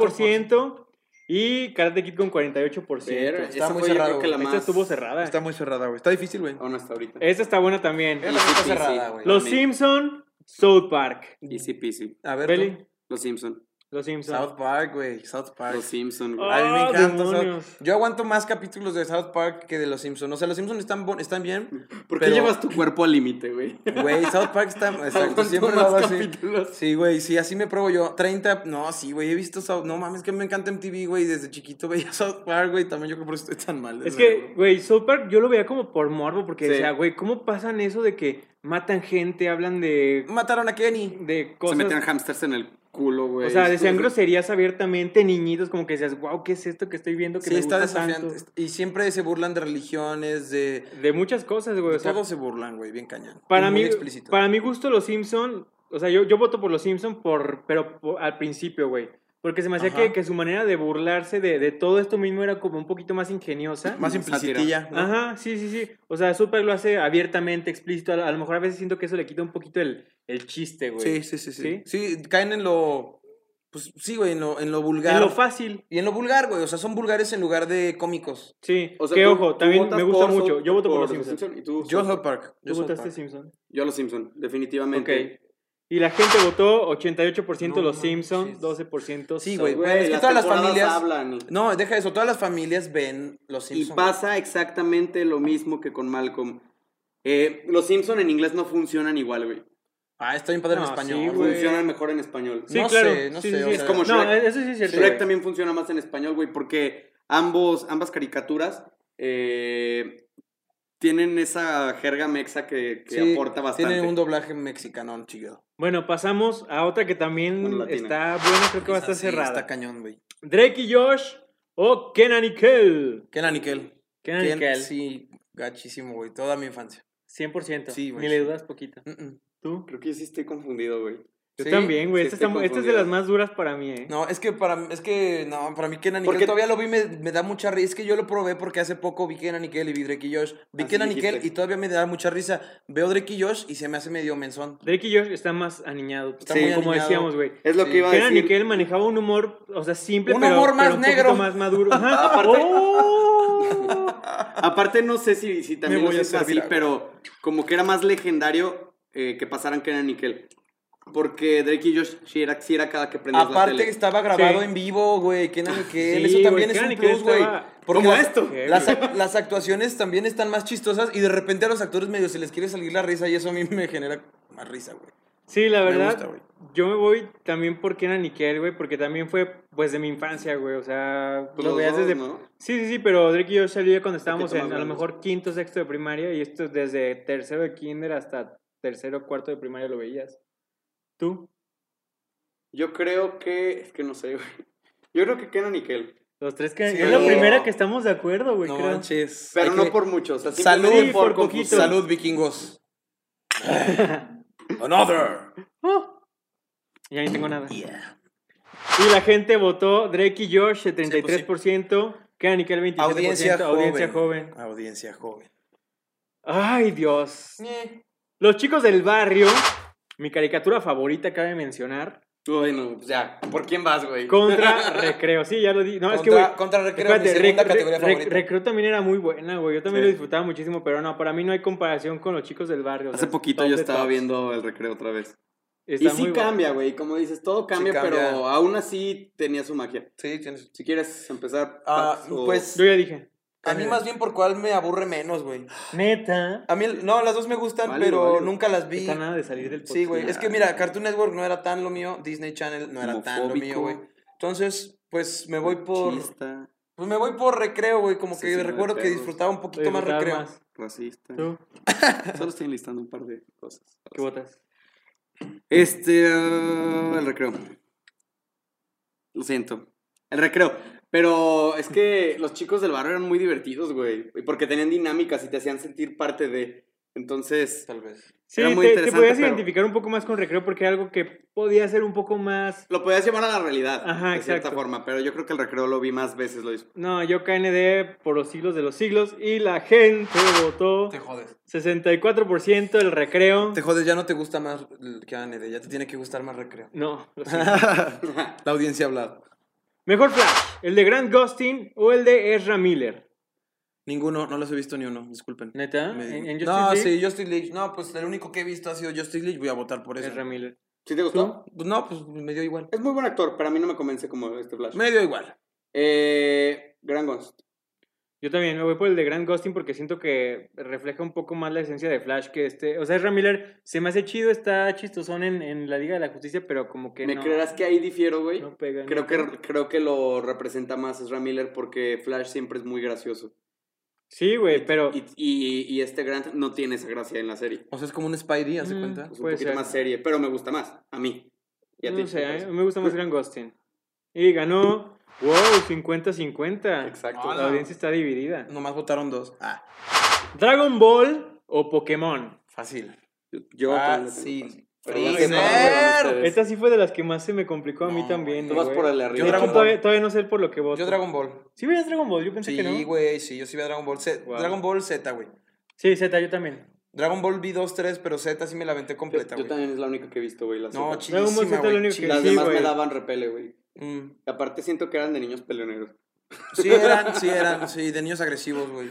52% y Karate Kid con 48%. Pero Esta está esa muy fue yo cerrado, creo que güey. la más... estuvo cerrada. Pues Está muy cerrada, güey. Está difícil, güey. Aún hasta ahorita. Esta está buena también. Es la que está Sí, sí, cerrada, sí. güey. Los me- Simpson, South Park. Easy peasy. A ver, tú. Peli, Los Simpson. Los Simpson. South Park, güey. South Park. Los Simpson, güey. Ah, A mí me encanta. South- demonios. Yo aguanto más capítulos de South Park que de Los Simpsons. O sea, Los Simpsons están, bon- están [laughs] bien. ¿Por qué pero- llevas tu cuerpo al límite, güey? [laughs] Güey, South Park está... Exacto, Aguanto siempre lo más hago así. capítulos. Sí, güey, sí, así me pruebo yo. 30, no, sí, güey, he visto South... No mames, que me encanta MTV, güey. Desde chiquito veía South Park, güey. También yo creo que por eso estoy tan mal. de Es cerebro. que, güey, South Park yo lo veía como por morbo, porque Sí. decía, güey, ¿cómo pasan eso de que matan gente, hablan de, Mataron a Kenny. de Se cosas? metían hamsters en el culo, güey. o sea, decían groserías abiertamente, niñitos, como que decías, wow, ¿qué es esto que estoy viendo? Que Sí, me está gusta desafiante. tanto?" Y siempre se burlan de religiones, de... De muchas cosas, güey. de Pues, O sea, Todos se burlan, güey, bien cañón. para Y muy mí, explícito. para mi gusto, los Simpson, o sea, yo, yo voto por los Simpson, por, pero por- al principio, güey. Porque se me hacía Ajá. que, que su manera de burlarse de, de todo esto mismo era como un poquito más ingeniosa. Más implicitilla. ¿no? Ajá, sí, sí, sí. O sea, Super lo hace abiertamente, explícito. A, a lo mejor a veces siento que eso le quita un poquito el, el chiste, güey. Sí, sí, sí, sí. Sí, caen en lo... Pues sí, güey, en lo, en lo vulgar. En lo fácil, Y en lo vulgar, güey. O sea, son vulgares en lugar de cómicos. sí. O sea, que tú- ojo, tú también votas me gusta por mucho. South- Yo voto por, los los Simpsons. Simpson. ¿Y tú? Yo South Park. Yo ¿Tú South votaste Park. Simpson? Yo los Simpson, Ok. definitivamente. Y la gente votó 88% No los mames, Simpson, sí. 12% Sí, South güey. Pues, Güey, Es que las todas las temporadas familias- hablan y- No, deja eso. Todas las familias ven los Y Simpsons. pasa exactamente lo mismo que con Malcolm. Eh, los Simpson en inglés no funcionan igual, güey. Ah, está bien padre No, en español. sí, güey. güey. Funcionan mejor en español. Sí, No claro. sé, no sí, sé, sí, o sí. sea- Es como No, e-, Shrek. eso sí es cierto. Shrek güey. también funciona más en español, güey, porque ambos, ambas caricaturas eh, tienen esa jerga mexa que, que Sí, aporta bastante. Tienen un doblaje mexicano, chido. Bueno, pasamos a otra que también Bueno, latina. está buena, creo que va a estar Sí, Está cerrada. cañón, güey. Drake y Josh o Kenan y Kel. Kenan y Kel. Kenan y Ken- Kel. Sí, gachísimo, güey. Toda mi infancia. 100%. Sí, güey, Ni le sí. dudas poquito. Mm-mm. ¿Tú? Creo que yo sí estoy confundido, güey. Yo Sí, también, güey. sí esta, estoy está- esta es de confundido. las más duras para mí, ¿eh? No, es que para mí, es que, no, para mí Kenan y Porque- Kel todavía lo vi, me, me da mucha risa. Es que yo lo probé porque hace poco vi Kenan y Kel y vi Drake y Josh. Vi Así Kenan y dijiste. Kel y todavía me da mucha risa. Veo Drake y Josh y se me hace medio menzón. Drake y Josh está más aniñado. Está como- muy como aniñado. decíamos, güey. Es lo Sí. que iba a Kenan y decir. Kel manejaba un humor, o sea, simple, Un pero, humor más pero un poquito negro. más [laughs] maduro. Ajá. Aparte- ¡Oh! Aparte, no sé si, si también Me lo voy a siento así, servir agua. pero como que era más legendario eh, que pasaran Kenan y Kel. Porque Drake y Josh sí era, sí era cada que prendías la Aparte tele. que estaba grabado Sí. en vivo, güey, Kenan [laughs] y Kel. Sí, Eso también güey, Kenan y es un Kel plus, güey. estaba- Porque Como las- esto. Las, ac- las actuaciones también están más chistosas y de repente a los actores medio se les quiere salir la risa y eso a mí me genera más risa, güey. Sí, la [laughs] Me verdad, gusta, güey. yo me voy también por Kenan y Kel, güey, porque también fue, pues, de mi infancia, güey, o sea, Pues lo los veías dos, desde... ¿no? Sí, sí, sí, pero Drake y yo salía cuando estábamos más en, a lo grandes. mejor, quinto, sexto de primaria, y esto es desde tercero de kinder hasta tercero, cuarto de primaria lo veías. ¿Tú? Yo creo que. Es que no sé, güey. Yo creo que Kenan y Kel. Los tres que... Sí, es la no. primera que estamos de acuerdo, güey, No creo. manches. Pero Hay no que- por mucho. O sea, Salud simplemente Sí, por confusión. poquito. Salud, vikingos. [laughs] Another. Oh, ya ni tengo nada. Y la gente votó Drake y Josh, el 33%, Kenan y Kel, 27%, Audiencia joven. audiencia joven. Audiencia joven. Ay, Dios. Eh. Los chicos del barrio, mi caricatura favorita cabe mencionar, Bueno, pues ya. ¿Por quién vas, güey? [laughs] contra Recreo. Sí, ya lo di. No, es que, Contra- güey, contra Recreo, mi espérate, segunda Rec- categoría Rec- favorita. Recreo también era muy buena, güey. Yo también Sí. lo disfrutaba muchísimo, pero no, para mí no hay comparación con los chicos del barrio. o Hace sea, poquito top yo de estaba tops. viendo el recreo otra vez. Está y sí muy buena. cambia, güey. Como dices, todo cambia, pero cambia. aún así tenía su magia. Sí, tienes. Si quieres empezar. Ah, Pax, o- pues Yo ya dije. a mí más bien por cuál me aburre menos, güey. Neta. A mí, no, las dos me gustan, Válido, pero válido. nunca las vi. Está nada de salir del podcast. Sí, güey. Es que mira, Cartoon Network no era tan lo mío, Disney Channel no era tan lo mío, Homofóbico. güey. Entonces, pues me voy por. Machista, Pues me voy por recreo, güey. Como que Asesino de recuerdo que perros. disfrutaba un Oye, poquito más votabas recreo. más. racista. ¿Tú Solo estoy enlistando un par de cosas. qué votas? Este, ah, el recreo. Lo siento. El recreo. Pero [laughs] es que los chicos del barrio eran muy divertidos, güey. Porque tenían dinámicas y te hacían sentir parte de. Entonces, Tal vez. Sí, Era muy te, te interesante, podías pero- identificar un poco más con recreo porque era algo que podía ser un poco más. lo podías llevar a la realidad, Ajá, de cierta exacto. forma. Pero yo creo que el recreo lo vi más veces, lo disfruté. No, yo KND por los siglos de los siglos y la gente votó Te jodes. 64% el recreo. Te jodes, ya no te gusta más el que AND, ya te tiene que gustar más recreo. No, [laughs] lo siento. [laughs] La audiencia ha hablado. Mejor Flash, el de Grant Gustin o el de Ezra Miller. Ninguno, no los he visto ni uno, disculpen. ¿Neta? Me- ¿En, en no, Justice League? sí, Justice League. No, pues el único que he visto ha sido Justice League, voy a votar por eso. Ezra Miller. ¿Sí te gustó? Pues no, pues me dio igual. Es muy buen actor, pero a mí no me convence como este Flash. Me dio igual. Eh, Gran Ghost. Yo también me voy por el de Grant Gustin porque siento que refleja un poco más la esencia de Flash que este. O sea, Ezra Miller se me hace chido, está chistosón en, en la Liga de la Justicia, pero como que ¿Me no, creerás que ahí difiero, güey? no pega. Creo ¿no? que, creo que lo representa más Ezra Miller porque Flash siempre es muy gracioso. Sí, güey, pero. Y, y- y este Grant no tiene esa gracia en la serie. O sea, es como un Spidey, ¿hace Mm. cuenta? Es un Puede poquito ser. más serie, pero me gusta más. A mí. Y a ti, No ¿qué sé, te a parece? mí me gusta más Grant Gustin. Y ganó, wow, 50-50. Exacto. La audiencia está dividida. Nomás votaron dos. Ah, ¿Dragon Ball o Pokémon? fácil. Ah, Yo Fácil. Pero ya Freezer. sé por dónde van ustedes. Esta sí fue de las que más se me complicó a mí No, también. Tú vas güey. por el de De arriba. hecho, Yo Dragon Ball. todavía, todavía no sé por lo que votas. Yo Dragon Ball. ¿Sí veías Dragon Ball? Yo pensé que Sí, no. güey, sí, yo sí veía Dragon Ball Z. Wow. Dragon Ball Z, güey. Sí, Z, yo también. Dragon Ball vi 2, 3, pero Z sí me la aventé Yo, completa, yo güey. también es la única que he visto, güey. La No, Z. Dragon Ball Z chidísima, es lo güey. único que Las sí, demás me güey. daban repele, güey. Mm. Y Aparte siento que eran de niños peleoneros. Sí eran, sí eran, sí, de niños agresivos, güey.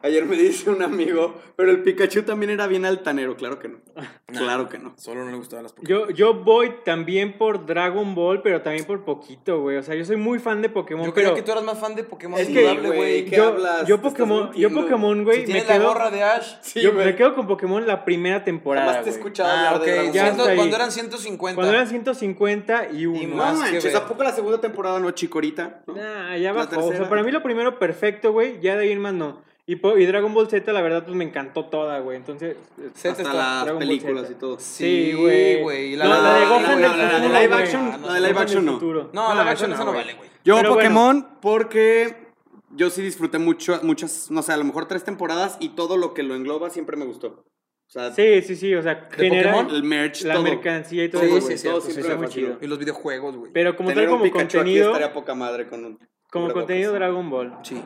Ayer me dice un amigo, pero el Pikachu también era bien altanero. Claro [laughs] que no. Claro que no. Solo no le gustaban las Pokémon. Yo, yo voy también por Dragon Ball, pero también por poquito, güey. O sea, yo soy muy fan de Pokémon. Yo pero creo que tú eras más fan de Pokémon. Es Sí, que- dudable, güey. ¿qué yo, hablas? yo Te estás Pokémon, yo mintiendo. Pokémon, Si güey, me tienes la quedo, gorra de Ash. Sí, yo güey. me quedo con Pokémon la primera temporada, Jamás te he güey. escuchado Ah, hablar ok. de Dragon ya Ball. Ciento- está ahí. cuando eran 150. Cuando eran 151. Y No más que manches, ver. ¿a poco la segunda temporada no, Chicorita? ¿No? Nah, ya La bajó. O sea, tercera. para mí lo primero perfecto, güey. Ya de ahí en más no. Y, po- y Dragon Ball Z, la verdad, pues me encantó toda, güey. Entonces. Z Hasta está- las este Dragon Ball películas Z. y todo. Sí, güey. güey. No, la de Gohan del no, la de futuro, live güey. action, Ah, la de live Gohan del action no. futuro. No, la versión eso esa no vale, güey. Yo Pero bueno. Pokémon porque yo sí disfruté mucho, muchas, no sé, a lo mejor tres temporadas y todo lo que lo engloba siempre me gustó. O sea, Sí, sí, sí. O sea, genera Pokémon? el merch, la todo. mercancía y todo. Sí, güey, sí, todo es cierto, sí, siempre está muy muy chido. Y los videojuegos, güey. Pero como Tener tal, un como Pikachu contenido. aquí estaría pues. poca madre con un... Como cubrebocas. contenido Dragon Ball. Sí.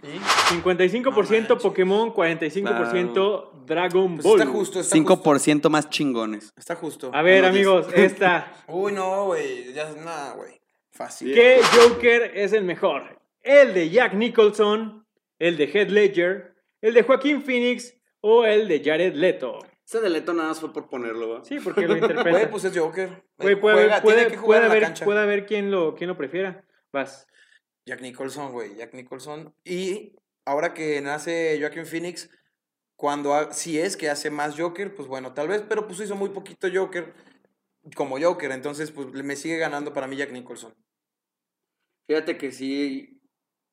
55% No manches. Pokémon, 45% Dragon Pues Ball. está justo, está justo. 5% más chingones. Está justo. A ver, No, amigos, [laughs] esta. Uy, no, güey. Ya es nada, güey. Fácil. ¿Qué Joker es el mejor? ¿El de Jack Nicholson? ¿El de Heath Ledger? ¿El de Joaquín Phoenix? ¿O el de Jared Leto? Ese de Leto nada más fue por ponerlo, ¿va? Sí, porque lo [laughs] Güey, interpreta. pues es Joker. Güey, puede Juega, haber, puede, tiene que jugar puede en la haber- cancha. puede haber quien lo, quien lo prefiera. Vas. Jack Nicholson, güey, Jack Nicholson. Y ahora que nace Joaquin Phoenix, cuando ha- si es que hace más Joker, pues bueno, tal vez, pero pues hizo muy poquito Joker como Joker, entonces pues le- me sigue ganando para mí Jack Nicholson. Fíjate que sí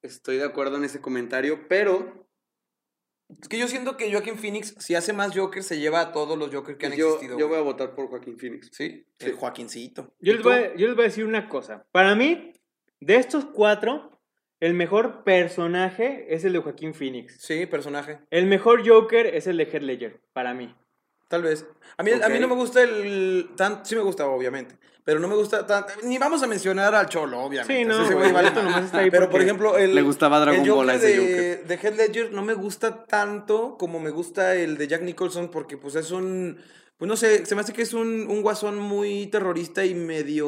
estoy de acuerdo en ese comentario, pero Es que yo siento que Joaquin Phoenix, si hace más Joker, se lleva a todos los Joker que han Pues yo, existido. yo voy güey. a votar por Joaquín Phoenix. Sí, Sí. el Joaquincito. Yo ¿Y les, tú? voy a, yo les voy a decir una cosa. Para mí, de estos cuatro, el mejor personaje es el de Joaquín Phoenix. Sí, personaje, El mejor Joker es el de Heath Ledger, para mí. tal vez. A mí, a mí Ok. no me gusta el... Tan, sí me gusta, obviamente, pero no me gusta tan... Ni vamos a mencionar al Cholo, obviamente. Sí, no, ese güey, güey vale esto madre. nomás está ahí Pero por porque- ejemplo, el, Le gustaba Dragon el Ball a ese de, de Heath Ledger no me gusta tanto como me gusta el de Jack Nicholson porque pues es un, pues no sé, se me hace que es un, un guasón muy terrorista y medio...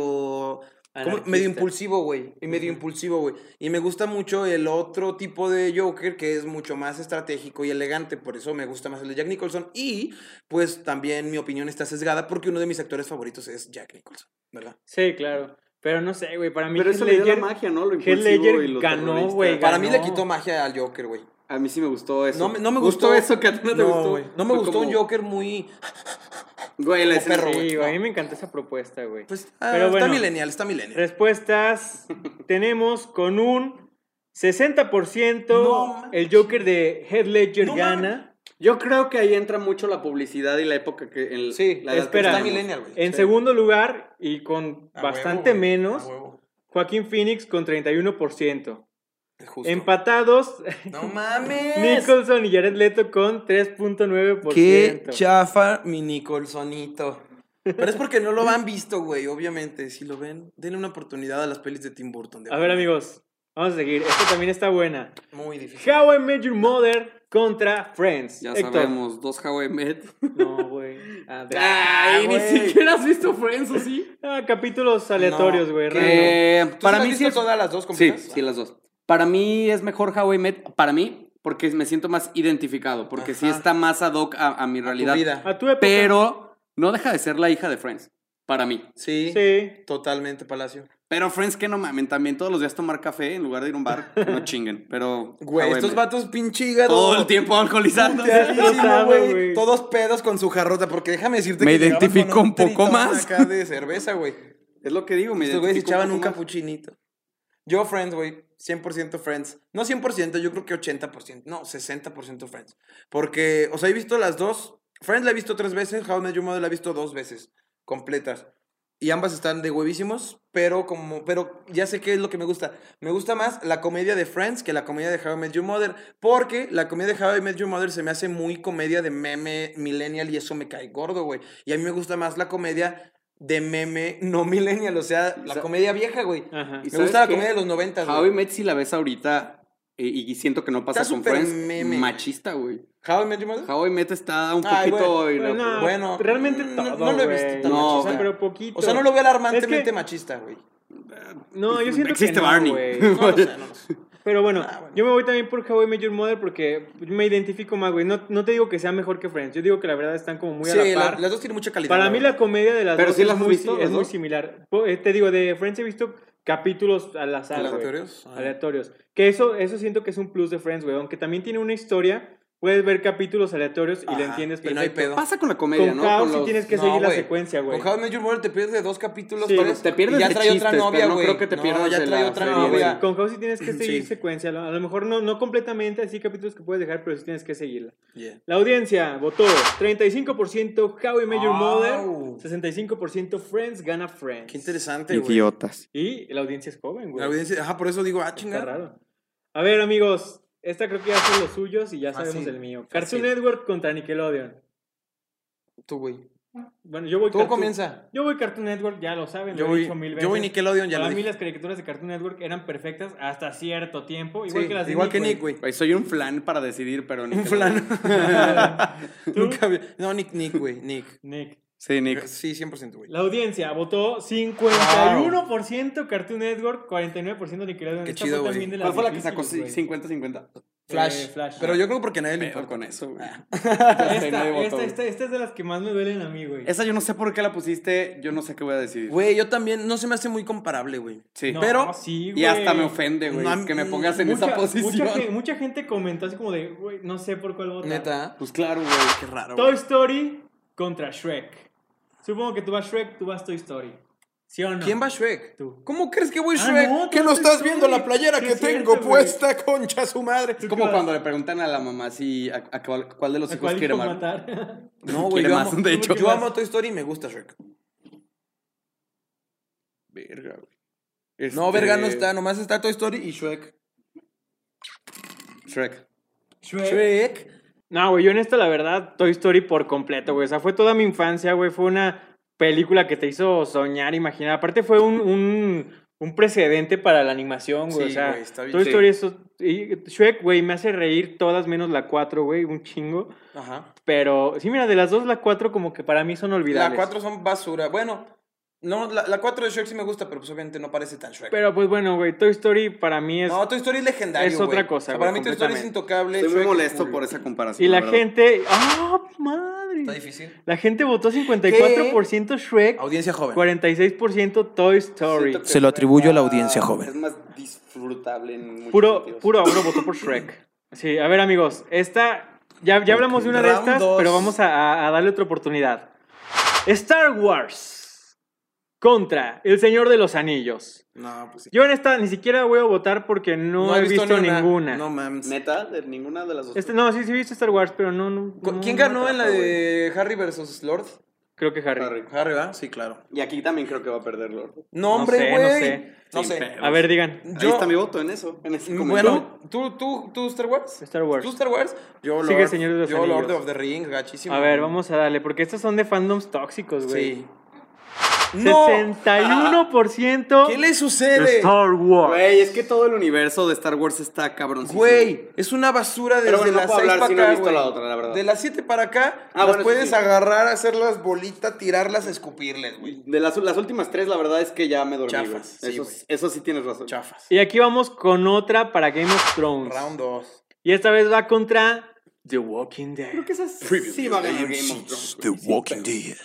¿cómo? Anarquista. Medio impulsivo, güey. Y medio Ujú. impulsivo, güey. Y me gusta mucho el otro tipo de Joker que es mucho más estratégico y elegante. Por eso me gusta más el de Jack Nicholson. Y pues también mi opinión está sesgada porque uno de mis actores favoritos es Jack Nicholson, ¿verdad? Sí, claro. Pero no sé, güey. Para mí, Pero Heath eso le dio la Ledger- magia, ¿no? Lo Heath impulsivo Ledger y lo ganó, terrorista. güey, Para mí le Ganó. quitó magia al Joker, güey. A mí sí me gustó eso. No, me- no me gustó, eso que a ti no te gustó. güey. No me Fue gustó un como- Joker muy. Güey, la como escena- perro, Este Sí, güey, güey, a mí no. me encanta esa propuesta, güey. Pues ah, Pero bueno. está millennial, está millennial. [laughs] Respuestas tenemos con un 60% No manches. el Joker de Heath Ledger No gana. Yo creo que ahí entra mucho la publicidad y la época que. En Sí, la edad que espera. Está estamos. millennial, güey. En Sí. segundo lugar y con A huevo, bastante güey, menos, a huevo. Joaquín Phoenix con 31%. Justo. [laughs] Empatados, [laughs] No mames. Nicholson y Jared Leto con 3.9%. Qué chafa mi Nicholsonito. Pero es porque no lo han visto, güey, obviamente. Si lo ven, denle una oportunidad a las pelis de Tim Burton. de A ver, verdad. amigos, vamos a seguir. Esta también está buena. Muy difícil. How I Met Your Mother contra Friends. Ya Héctor. sabemos, dos Hawaii Met. No, [laughs] güey. Ah, A ver. Ay, ni Ah, güey. siquiera has visto Friends, ¿o sí? Ah, capítulos aleatorios, güey. random. Que Eh, para mí sí sí es... todas las dos Sí, completas. sí, las dos. Para mí es mejor How I Met, para mí, porque me siento más identificado, porque sí Ajá. está más ad hoc a, a mi Tu realidad. vida. A tu época. Pero no deja de ser la hija de Friends, para mí. Sí, Sí. totalmente, Palacio. Pero Friends, que no mamen, también todos los días tomar café en lugar de ir a un bar, [laughs] no chinguen. Pero Güey, How I estos Met. vatos pinche hígado. todo el tiempo alcoholizando. puteadísimo, Rosado, güey. güey. Todos pedos con su jarrota, porque déjame decirte que Me llegaban identifico con un poco tritón más. acá de cerveza, güey. Es lo que digo, me Estos güeyes identifico echaban un poco más. capuchinito. Yo Friends, güey, 100% Friends. No 100%, yo creo que 80%, no, 60% Friends. Porque, o sea, he visto las dos. Friends la he visto tres veces, How I Met Your Mother la he visto dos veces completas. Y ambas están de huevísimos, pero como pero ya sé qué es lo que me gusta. Me gusta más la comedia de Friends que la comedia de How I Met Your Mother, porque la comedia de How I Met Your Mother se me hace muy comedia de meme millennial y eso me cae gordo, güey. Y a mí me gusta más la comedia de meme no millennial, o sea, la Sa- comedia vieja, güey. Ajá. Y Me gusta ¿sabes la qué? comedia de los noventas, How I güey. Met si la ves ahorita eh, y siento que no pasa Está con súper Friends, meme. machista, güey. How I Met Your Mother. How I Met está un Ay, poquito... güey, irre- Bueno, Bueno, realmente no- todo, no lo he güey. visto tan No, o sea, güey. pero poquito. O sea, no lo veo alarmantemente Es que- machista, güey. No, yo siento Existe que no, Barney. güey. [laughs] No, lo sé, no lo sé. Pero bueno, Ah, bueno. yo me voy también por How I Met Your Mother porque yo me identifico más, güey. No, no te digo que sea mejor que Friends, yo digo que la verdad están como muy a Sí, la la- par. las dos tienen mucha calidad. Para mí la verdad. comedia de las Pero dos sí es, las has muy, visto, si- las es muy dos. similar. Po- eh, Te digo, de Friends he visto capítulos al azar, güey. ¿Aleatorios? Ah. Aleatorios. Que eso, eso siento que es un plus de Friends, güey. Aunque también tiene una historia, puedes ver capítulos aleatorios y Ajá, la entiendes y perfecto. no hay pedo. Pasa con la comedia, Con ¿no? House Con sí los- tienes que No, seguir la güey. secuencia, güey. Con How I Met Your Mother te pierdes de dos capítulos, Sí, tres. te pierdes y ya de trae otra chistes, novia, pero no güey. creo que te pierdas ya de trae la otra serie, No, güey, novia. con House sí tienes que seguir [clears throat] Sí. secuencia. A lo- a lo mejor no, no completamente, así capítulos que puedes dejar, pero sí tienes que seguirla. Yeah. La audiencia votó 35% How I Met Your Mother, Au. 65% Friends gana Friends. Qué interesante, güey. Y la audiencia es joven, güey. La audiencia, ajá, por eso digo, ah, Está chingada. raro. A ver, amigos, esta creo que ya son los suyos y ya Fácil, sabemos el mío. Ah, Cartoon fácil. Network contra Nickelodeon. Tú, güey. Bueno, yo voy Tú Cartoon- comienza. Yo voy Cartoon Network, ya lo saben, Yo lo he voy, dicho mil veces. yo voy Nickelodeon, ya Para lo mí dije. las caricaturas de Cartoon Network eran perfectas hasta cierto tiempo, igual Sí, que las de Igual que Nick, güey. Güey, soy un flan para decidir, pero Un Nickelodeon. flan. [laughs] [laughs] ¿Tú? Nunca vi- No, Nick, Nick, güey. Nick. Nick. [laughs] Eh, Sí, Nick. Sí, 100%, güey. La audiencia votó 51% Cartoon Network, 49% Nickelodeon. Qué Esta chido, fue güey. también de las ¿Cuál fue la que sacó difíciles, güey. 50-50? Flash. Eh, Flash. Pero yo creo porque nadie le Pedo importa. con eso, güey. Ah. [laughs] Este, Nadie Esta, votó, esta, güey. esta, esta es de las que más me duelen a mí, güey. Esa yo no sé por qué la pusiste, yo no sé qué voy a decidir. Güey, yo también, no se me hace muy comparable, güey. Sí. No, pero- sí, y hasta güey. me ofende, güey, No, que me pongas en Mucha- esa posición. Mucha, gen- mucha gente comentó así como de, güey, no sé por cuál votar. Neta. Pues claro, güey. Qué raro, Toy güey. Story contra Shrek. Supongo que tú vas Shrek, tú vas Toy Story. ¿Sí o no? ¿Quién va Shrek? Tú. ¿Cómo crees que voy Ah, Shrek? no, que tú no vas estás Shrek. viendo la playera Sí, que es tengo cierto, güey. puesta, [laughs] concha su madre. ¿Tú Es como qué vas? cuando le preguntan a la mamá si a, a cuál, cuál de los ¿A hijos cuál quiere hijo más. matar? [laughs] No, Quiere yo más, amo- de hecho. Yo amo Toy Story y me gusta Shrek. Verga, güey. No, Este, verga, no está. Nomás está Toy Story y Shrek. Shrek. Shrek. Shrek. No, güey, yo en esta, la verdad, Toy Story por completo, güey. O sea, fue toda mi infancia, güey. Fue una película que te hizo soñar, imaginar. Aparte, fue un, un, un precedente para la animación, güey. Sí, o sea, güey, está bien Toy chido. Story es. y Shrek, güey, me hace reír todas menos la 4, güey, un chingo. Ajá. Pero sí, mira, de las dos, la 4 como que para mí son olvidables. La 4 son basura. Bueno, no, la, 4 de Shrek sí me gusta, pero pues obviamente no parece tan Shrek. Pero pues bueno, güey, Toy Story para mí es... no, Toy Story es legendario. es otra güey. cosa, para güey, mí Toy Story es completamente. intocable. Estoy Shrek muy es molesto cool. por esa comparación. y la verdad. gente... ¡Ah, Está madre! difícil. La gente votó 54% Shrek, Audiencia joven. 46% Toy Story. Siento que Se lo Shrek atribuyo a la va- audiencia joven. Es más disfrutable en muchos Puro, sentidos. puro ahorro votó por Shrek. Sí, a ver amigos, esta... Ya, ya hablamos de una de Round estas, dos. pero vamos a, a- a darle otra oportunidad. Star Wars contra El Señor de los Anillos. No, pues sí. Yo en esta ni siquiera voy a votar porque no, he visto, ni una. ninguna. No mames. Neta, de ninguna de las dos. Este Este, no, sí, sí he visto Star Wars, pero no, no. ¿Cu- no, ¿Quién no me ganó en la atrapa, güey. de Harry versus Lord? Creo que Harry. Harry. Harry, ¿verdad? Sí, claro. Y aquí también creo que va a perder Lord. No, hombre, sé, güey. no No sé. sé. Sin pedos. A ver, digan. Ahí Yo- mm, está mi voto en eso. En ese comentario. Bueno, ¿tú, tú, tú, Star Wars? Star Wars. ¿Tú, Star Wars? Yo, Sigue Señor de los Yo, Lord Anillos. of the Rings, gachísimo. A ver, vamos a darle, porque estos son de fandoms tóxicos, güey. Sí. ¡No! Ah, 61% ¿Qué le sucede? Star Wars. Güey, es que todo el universo de Star Wars está cabroncísimo. Güey, es una basura desde Pero bueno, no las puedo 6 hablar para si acá, no he visto güey. la otra, la verdad. De las 7 para acá, Ah, las bueno, eso puedes sí. agarrar, hacerlas bolitas, tirarlas, escupirles, güey. De las, las últimas tres, la verdad es que ya me dormí. Chafas, güey. sí, eso, güey. eso sí tienes razón. Chafas. Y aquí vamos con otra para Game of Thrones. Round 2. Y esta vez va contra The Walking Dead. Creo que esa sí va a ganar Game of Thrones. güey. Walking Dead.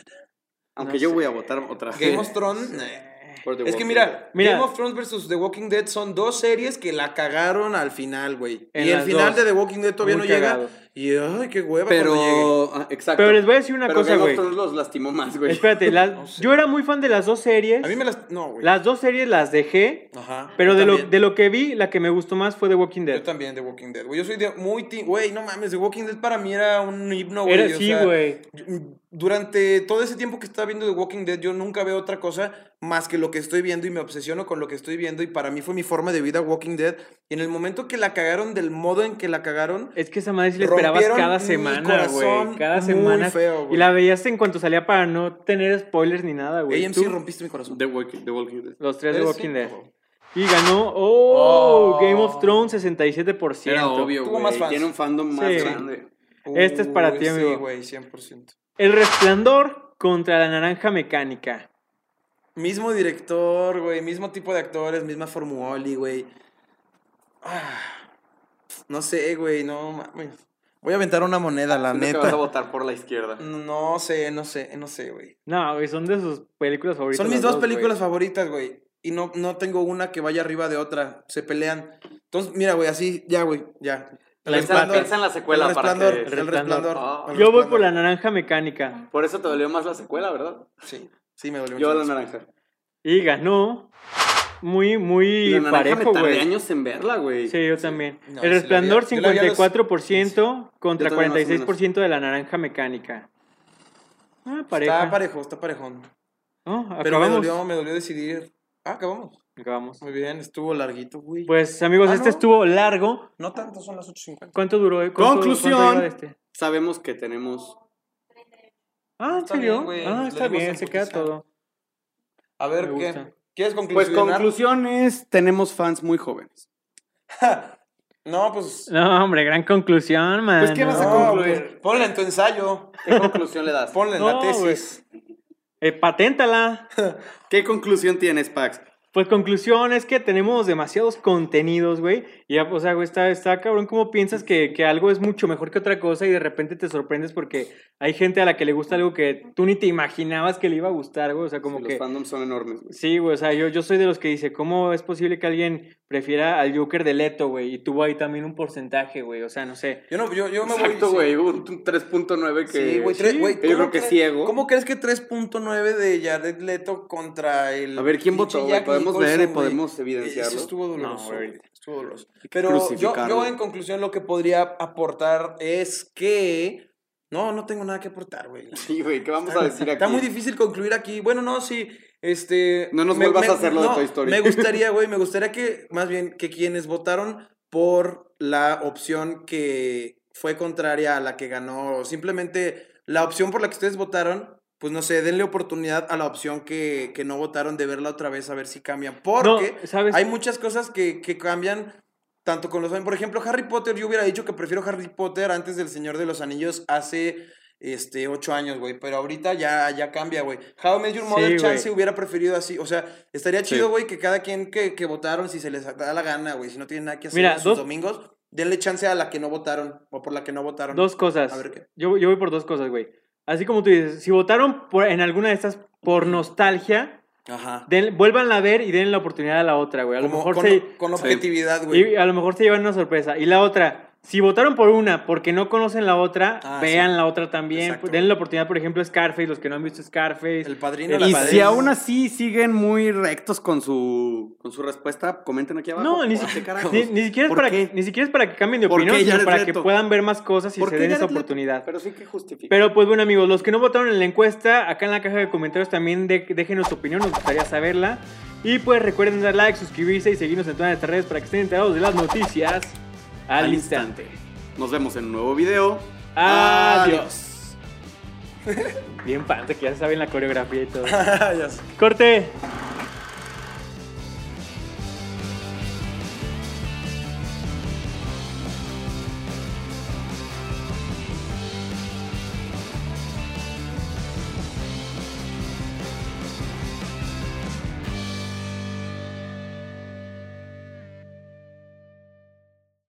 Aunque No yo sé. voy a votar otra vez. Game of Thrones. eh. por The Es que Walking Dead. mira, Mira. Game of Thrones versus The Walking Dead son dos series que la cagaron al final, güey. En Y el las final dos. de The Walking Dead todavía Muy no cagado. llega. Y ay, qué hueva cuando Pero, ah, exacto. Pero les voy a decir una Pero cosa, Game güey. of Thrones los lastimó más, güey. Espérate, [laughs] la- sé. yo era muy fan de las dos series. llegue. A mí me las no, güey. Las dos series las dejé, Ajá. pero Yo de lo, también. de lo que vi, la que me gustó más fue The Walking Yo Dead. también de Walking Dead, güey. Yo soy de muy team- güey, no mames, The Walking Dead para mí era un himno, güey. Era o sí, sea, güey. yo- mm, Durante todo ese tiempo que estaba viendo The Walking Dead, yo nunca veo otra cosa más que lo que estoy viendo y me obsesiono con lo que estoy viendo y para mí fue mi forma de vida Walking Dead. Y en el momento que la cagaron del modo en que la cagaron, Es que esa madre sí la esperabas Rompieron cada mi semana, corazón güey. Cada muy semana. feo, güey. y la veías en cuanto salía para no tener spoilers ni nada, güey. AMC Tú, rompiste mi corazón. The Walking, The Walking Dead. Los tres de Eres Walking un Dead. cabrón. Y ganó. Oh, Eh, Oh. Game of Thrones 67%. Era obvio, Tuvo güey. más fans. Tiene un fandom más Sí. grande. Este es para Uy, ti, amigo. Sí, güey, 100%. El resplandor contra la naranja mecánica. Mismo director, güey, mismo tipo de actores, misma formuli, güey. Ah, no sé, güey, no mames. Voy a aventar una moneda, la Siento que vas a neta. votar por la izquierda. Mm, No sé, no sé, no sé, güey. No, güey, son de sus películas favoritas. Son mis las dos güey. películas favoritas, güey. Y no, no tengo una que vaya arriba de otra. Se pelean. Entonces, mira, güey, así, ya, güey, ya. La El Resplandor, empate. Piensa en la secuela el para resplandor, que- el El resplandor. Resplandor. Ah. el Yo voy por la resplandor. naranja mecánica. Por eso te dolió más la secuela, ¿verdad? Sí, sí, me dolió Yo a mucho. la naranja. Y ganó. Muy, muy la naranja parejo, me tardé güey. años en verla, güey. Sí, yo también. No, sí el la resplandor vi. Yo la vi a los- 54% contra Yo también más o 46% de la naranja mecánica. Ah, pareja. Está parejo, está parejón. ¿No? Pero me acabamos. dolió, me dolió decidir. Ah, acabamos. Acabamos. Muy bien, estuvo larguito, güey. Pues amigos, Ah, este no. estuvo largo. no tanto, son las 8.50. ¿Cuánto duró? ¿Cuánto- Conclusión. cuánto duró este? Sabemos que tenemos. Ah, ¿en Está serio? bien, güey. ah, Le está dimos bien, a se queda profundizar. todo. A ver, Me ¿qué? gusta. ¿Quieres Pues conclusionar? conclusión es, tenemos fans muy jóvenes. [laughs] no, pues... No, hombre, gran conclusión, man. Pues, ¿qué vas a No. concluir? No, pues, ponla en tu ensayo. ¿Qué conclusión le das? Ponla en No, la tesis. Eh, paténtala. ¿Qué conclusión tienes, Pax? Pues conclusión es que tenemos demasiados contenidos, güey. Y ya, o sea, güey, está, está cabrón cómo piensas que, que algo es mucho mejor que otra cosa y de repente te sorprendes porque hay gente a la que le gusta algo que tú ni te imaginabas que le iba a gustar, güey. O sea, como Sí, que... Los fandoms son enormes, güey. Sí, güey, o sea, yo, yo soy de los que dice, ¿cómo es posible que alguien prefiera al Joker de Leto, güey? Y tuvo ahí también un porcentaje, güey, o sea, no sé. Yo, no, yo, yo me Exacto, voy... güey. Un 3.9 que. Sí, güey, tres- güey, que yo ¿cómo creo que crees- ciego. ¿Cómo crees que 3.9 de Jared Leto contra el... A ver, ¿quién pinche votó, güey? Jack Podemos Nicholson, ver y güey? podemos Eso evidenciarlo. estuvo No, doloroso, güey. güey, Estuvo doloroso. que Pero yo, crucificarlo. yo en conclusión lo que podría aportar es que... No, no tengo nada que aportar, güey. [laughs] Sí, güey, ¿qué vamos a decir aquí? Está muy difícil concluir aquí. Bueno, no, sí. Este. No nos vuelvas a hacer lo de Toy Story. Me [laughs] gustaría, güey, me gustaría que, más bien, que quienes votaron por la opción que fue contraria a la que ganó, o simplemente la opción por la que ustedes votaron, pues no sé, denle oportunidad a la opción que, que no votaron de verla otra vez, a ver si cambian. Porque No, ¿sabes? hay muchas cosas que, que cambian. Tanto con los... Por ejemplo, Harry Potter, yo hubiera dicho que prefiero Harry Potter antes del Señor de los Anillos hace este, ocho años, güey. Pero ahorita ya, ya cambia, güey. How I Met Your Sí, Mother güey. Chance hubiera preferido así. O sea, estaría chido, güey, que cada quien que, que votaron, si se les da la gana, güey, si no tienen nada que hacer Mira, en sus dos- domingos, denle chance a la que no votaron o por la que no votaron. Dos cosas. A ver qué. Yo, yo voy por dos cosas, güey. Así como tú dices, si votaron por- en alguna de estas por nostalgia, Ajá. den- vuélvanla a ver y den la oportunidad a la otra, güey. A lo Como- mejor con, se... con objetividad, güey. y a lo mejor se llevan una sorpresa. Y la otra, Si votaron por una porque no conocen la otra, Ah, vean la otra también. Exacto. Denle la oportunidad, por ejemplo, a Scarface, los que no han visto Scarface. El padrino, Eh, la y Y padre. si padrina. [laughs] aún así siguen muy rectos con su, con su respuesta, comenten aquí abajo. No, ni, ¿Por si- qué carajos? ni- ni siquiera es ¿Por para, qué? ni siquiera es para que cambien de ¿Por opinión, qué sino Jared para que Leto? puedan ver más cosas y ¿Por se qué den esa Jared Leto? oportunidad. Pero sí que justifica. Pero pues bueno amigos, los que no votaron en la encuesta, acá en la caja de comentarios también de- déjenos su opinión, nos gustaría saberla. Y pues recuerden dar like, suscribirse y seguirnos en todas nuestras redes para que estén enterados de las noticias al, Al instante. Nos vemos en un nuevo video. Adiós. Bien, pan, que ya saben la coreografía y todo. Ya sé. Corte.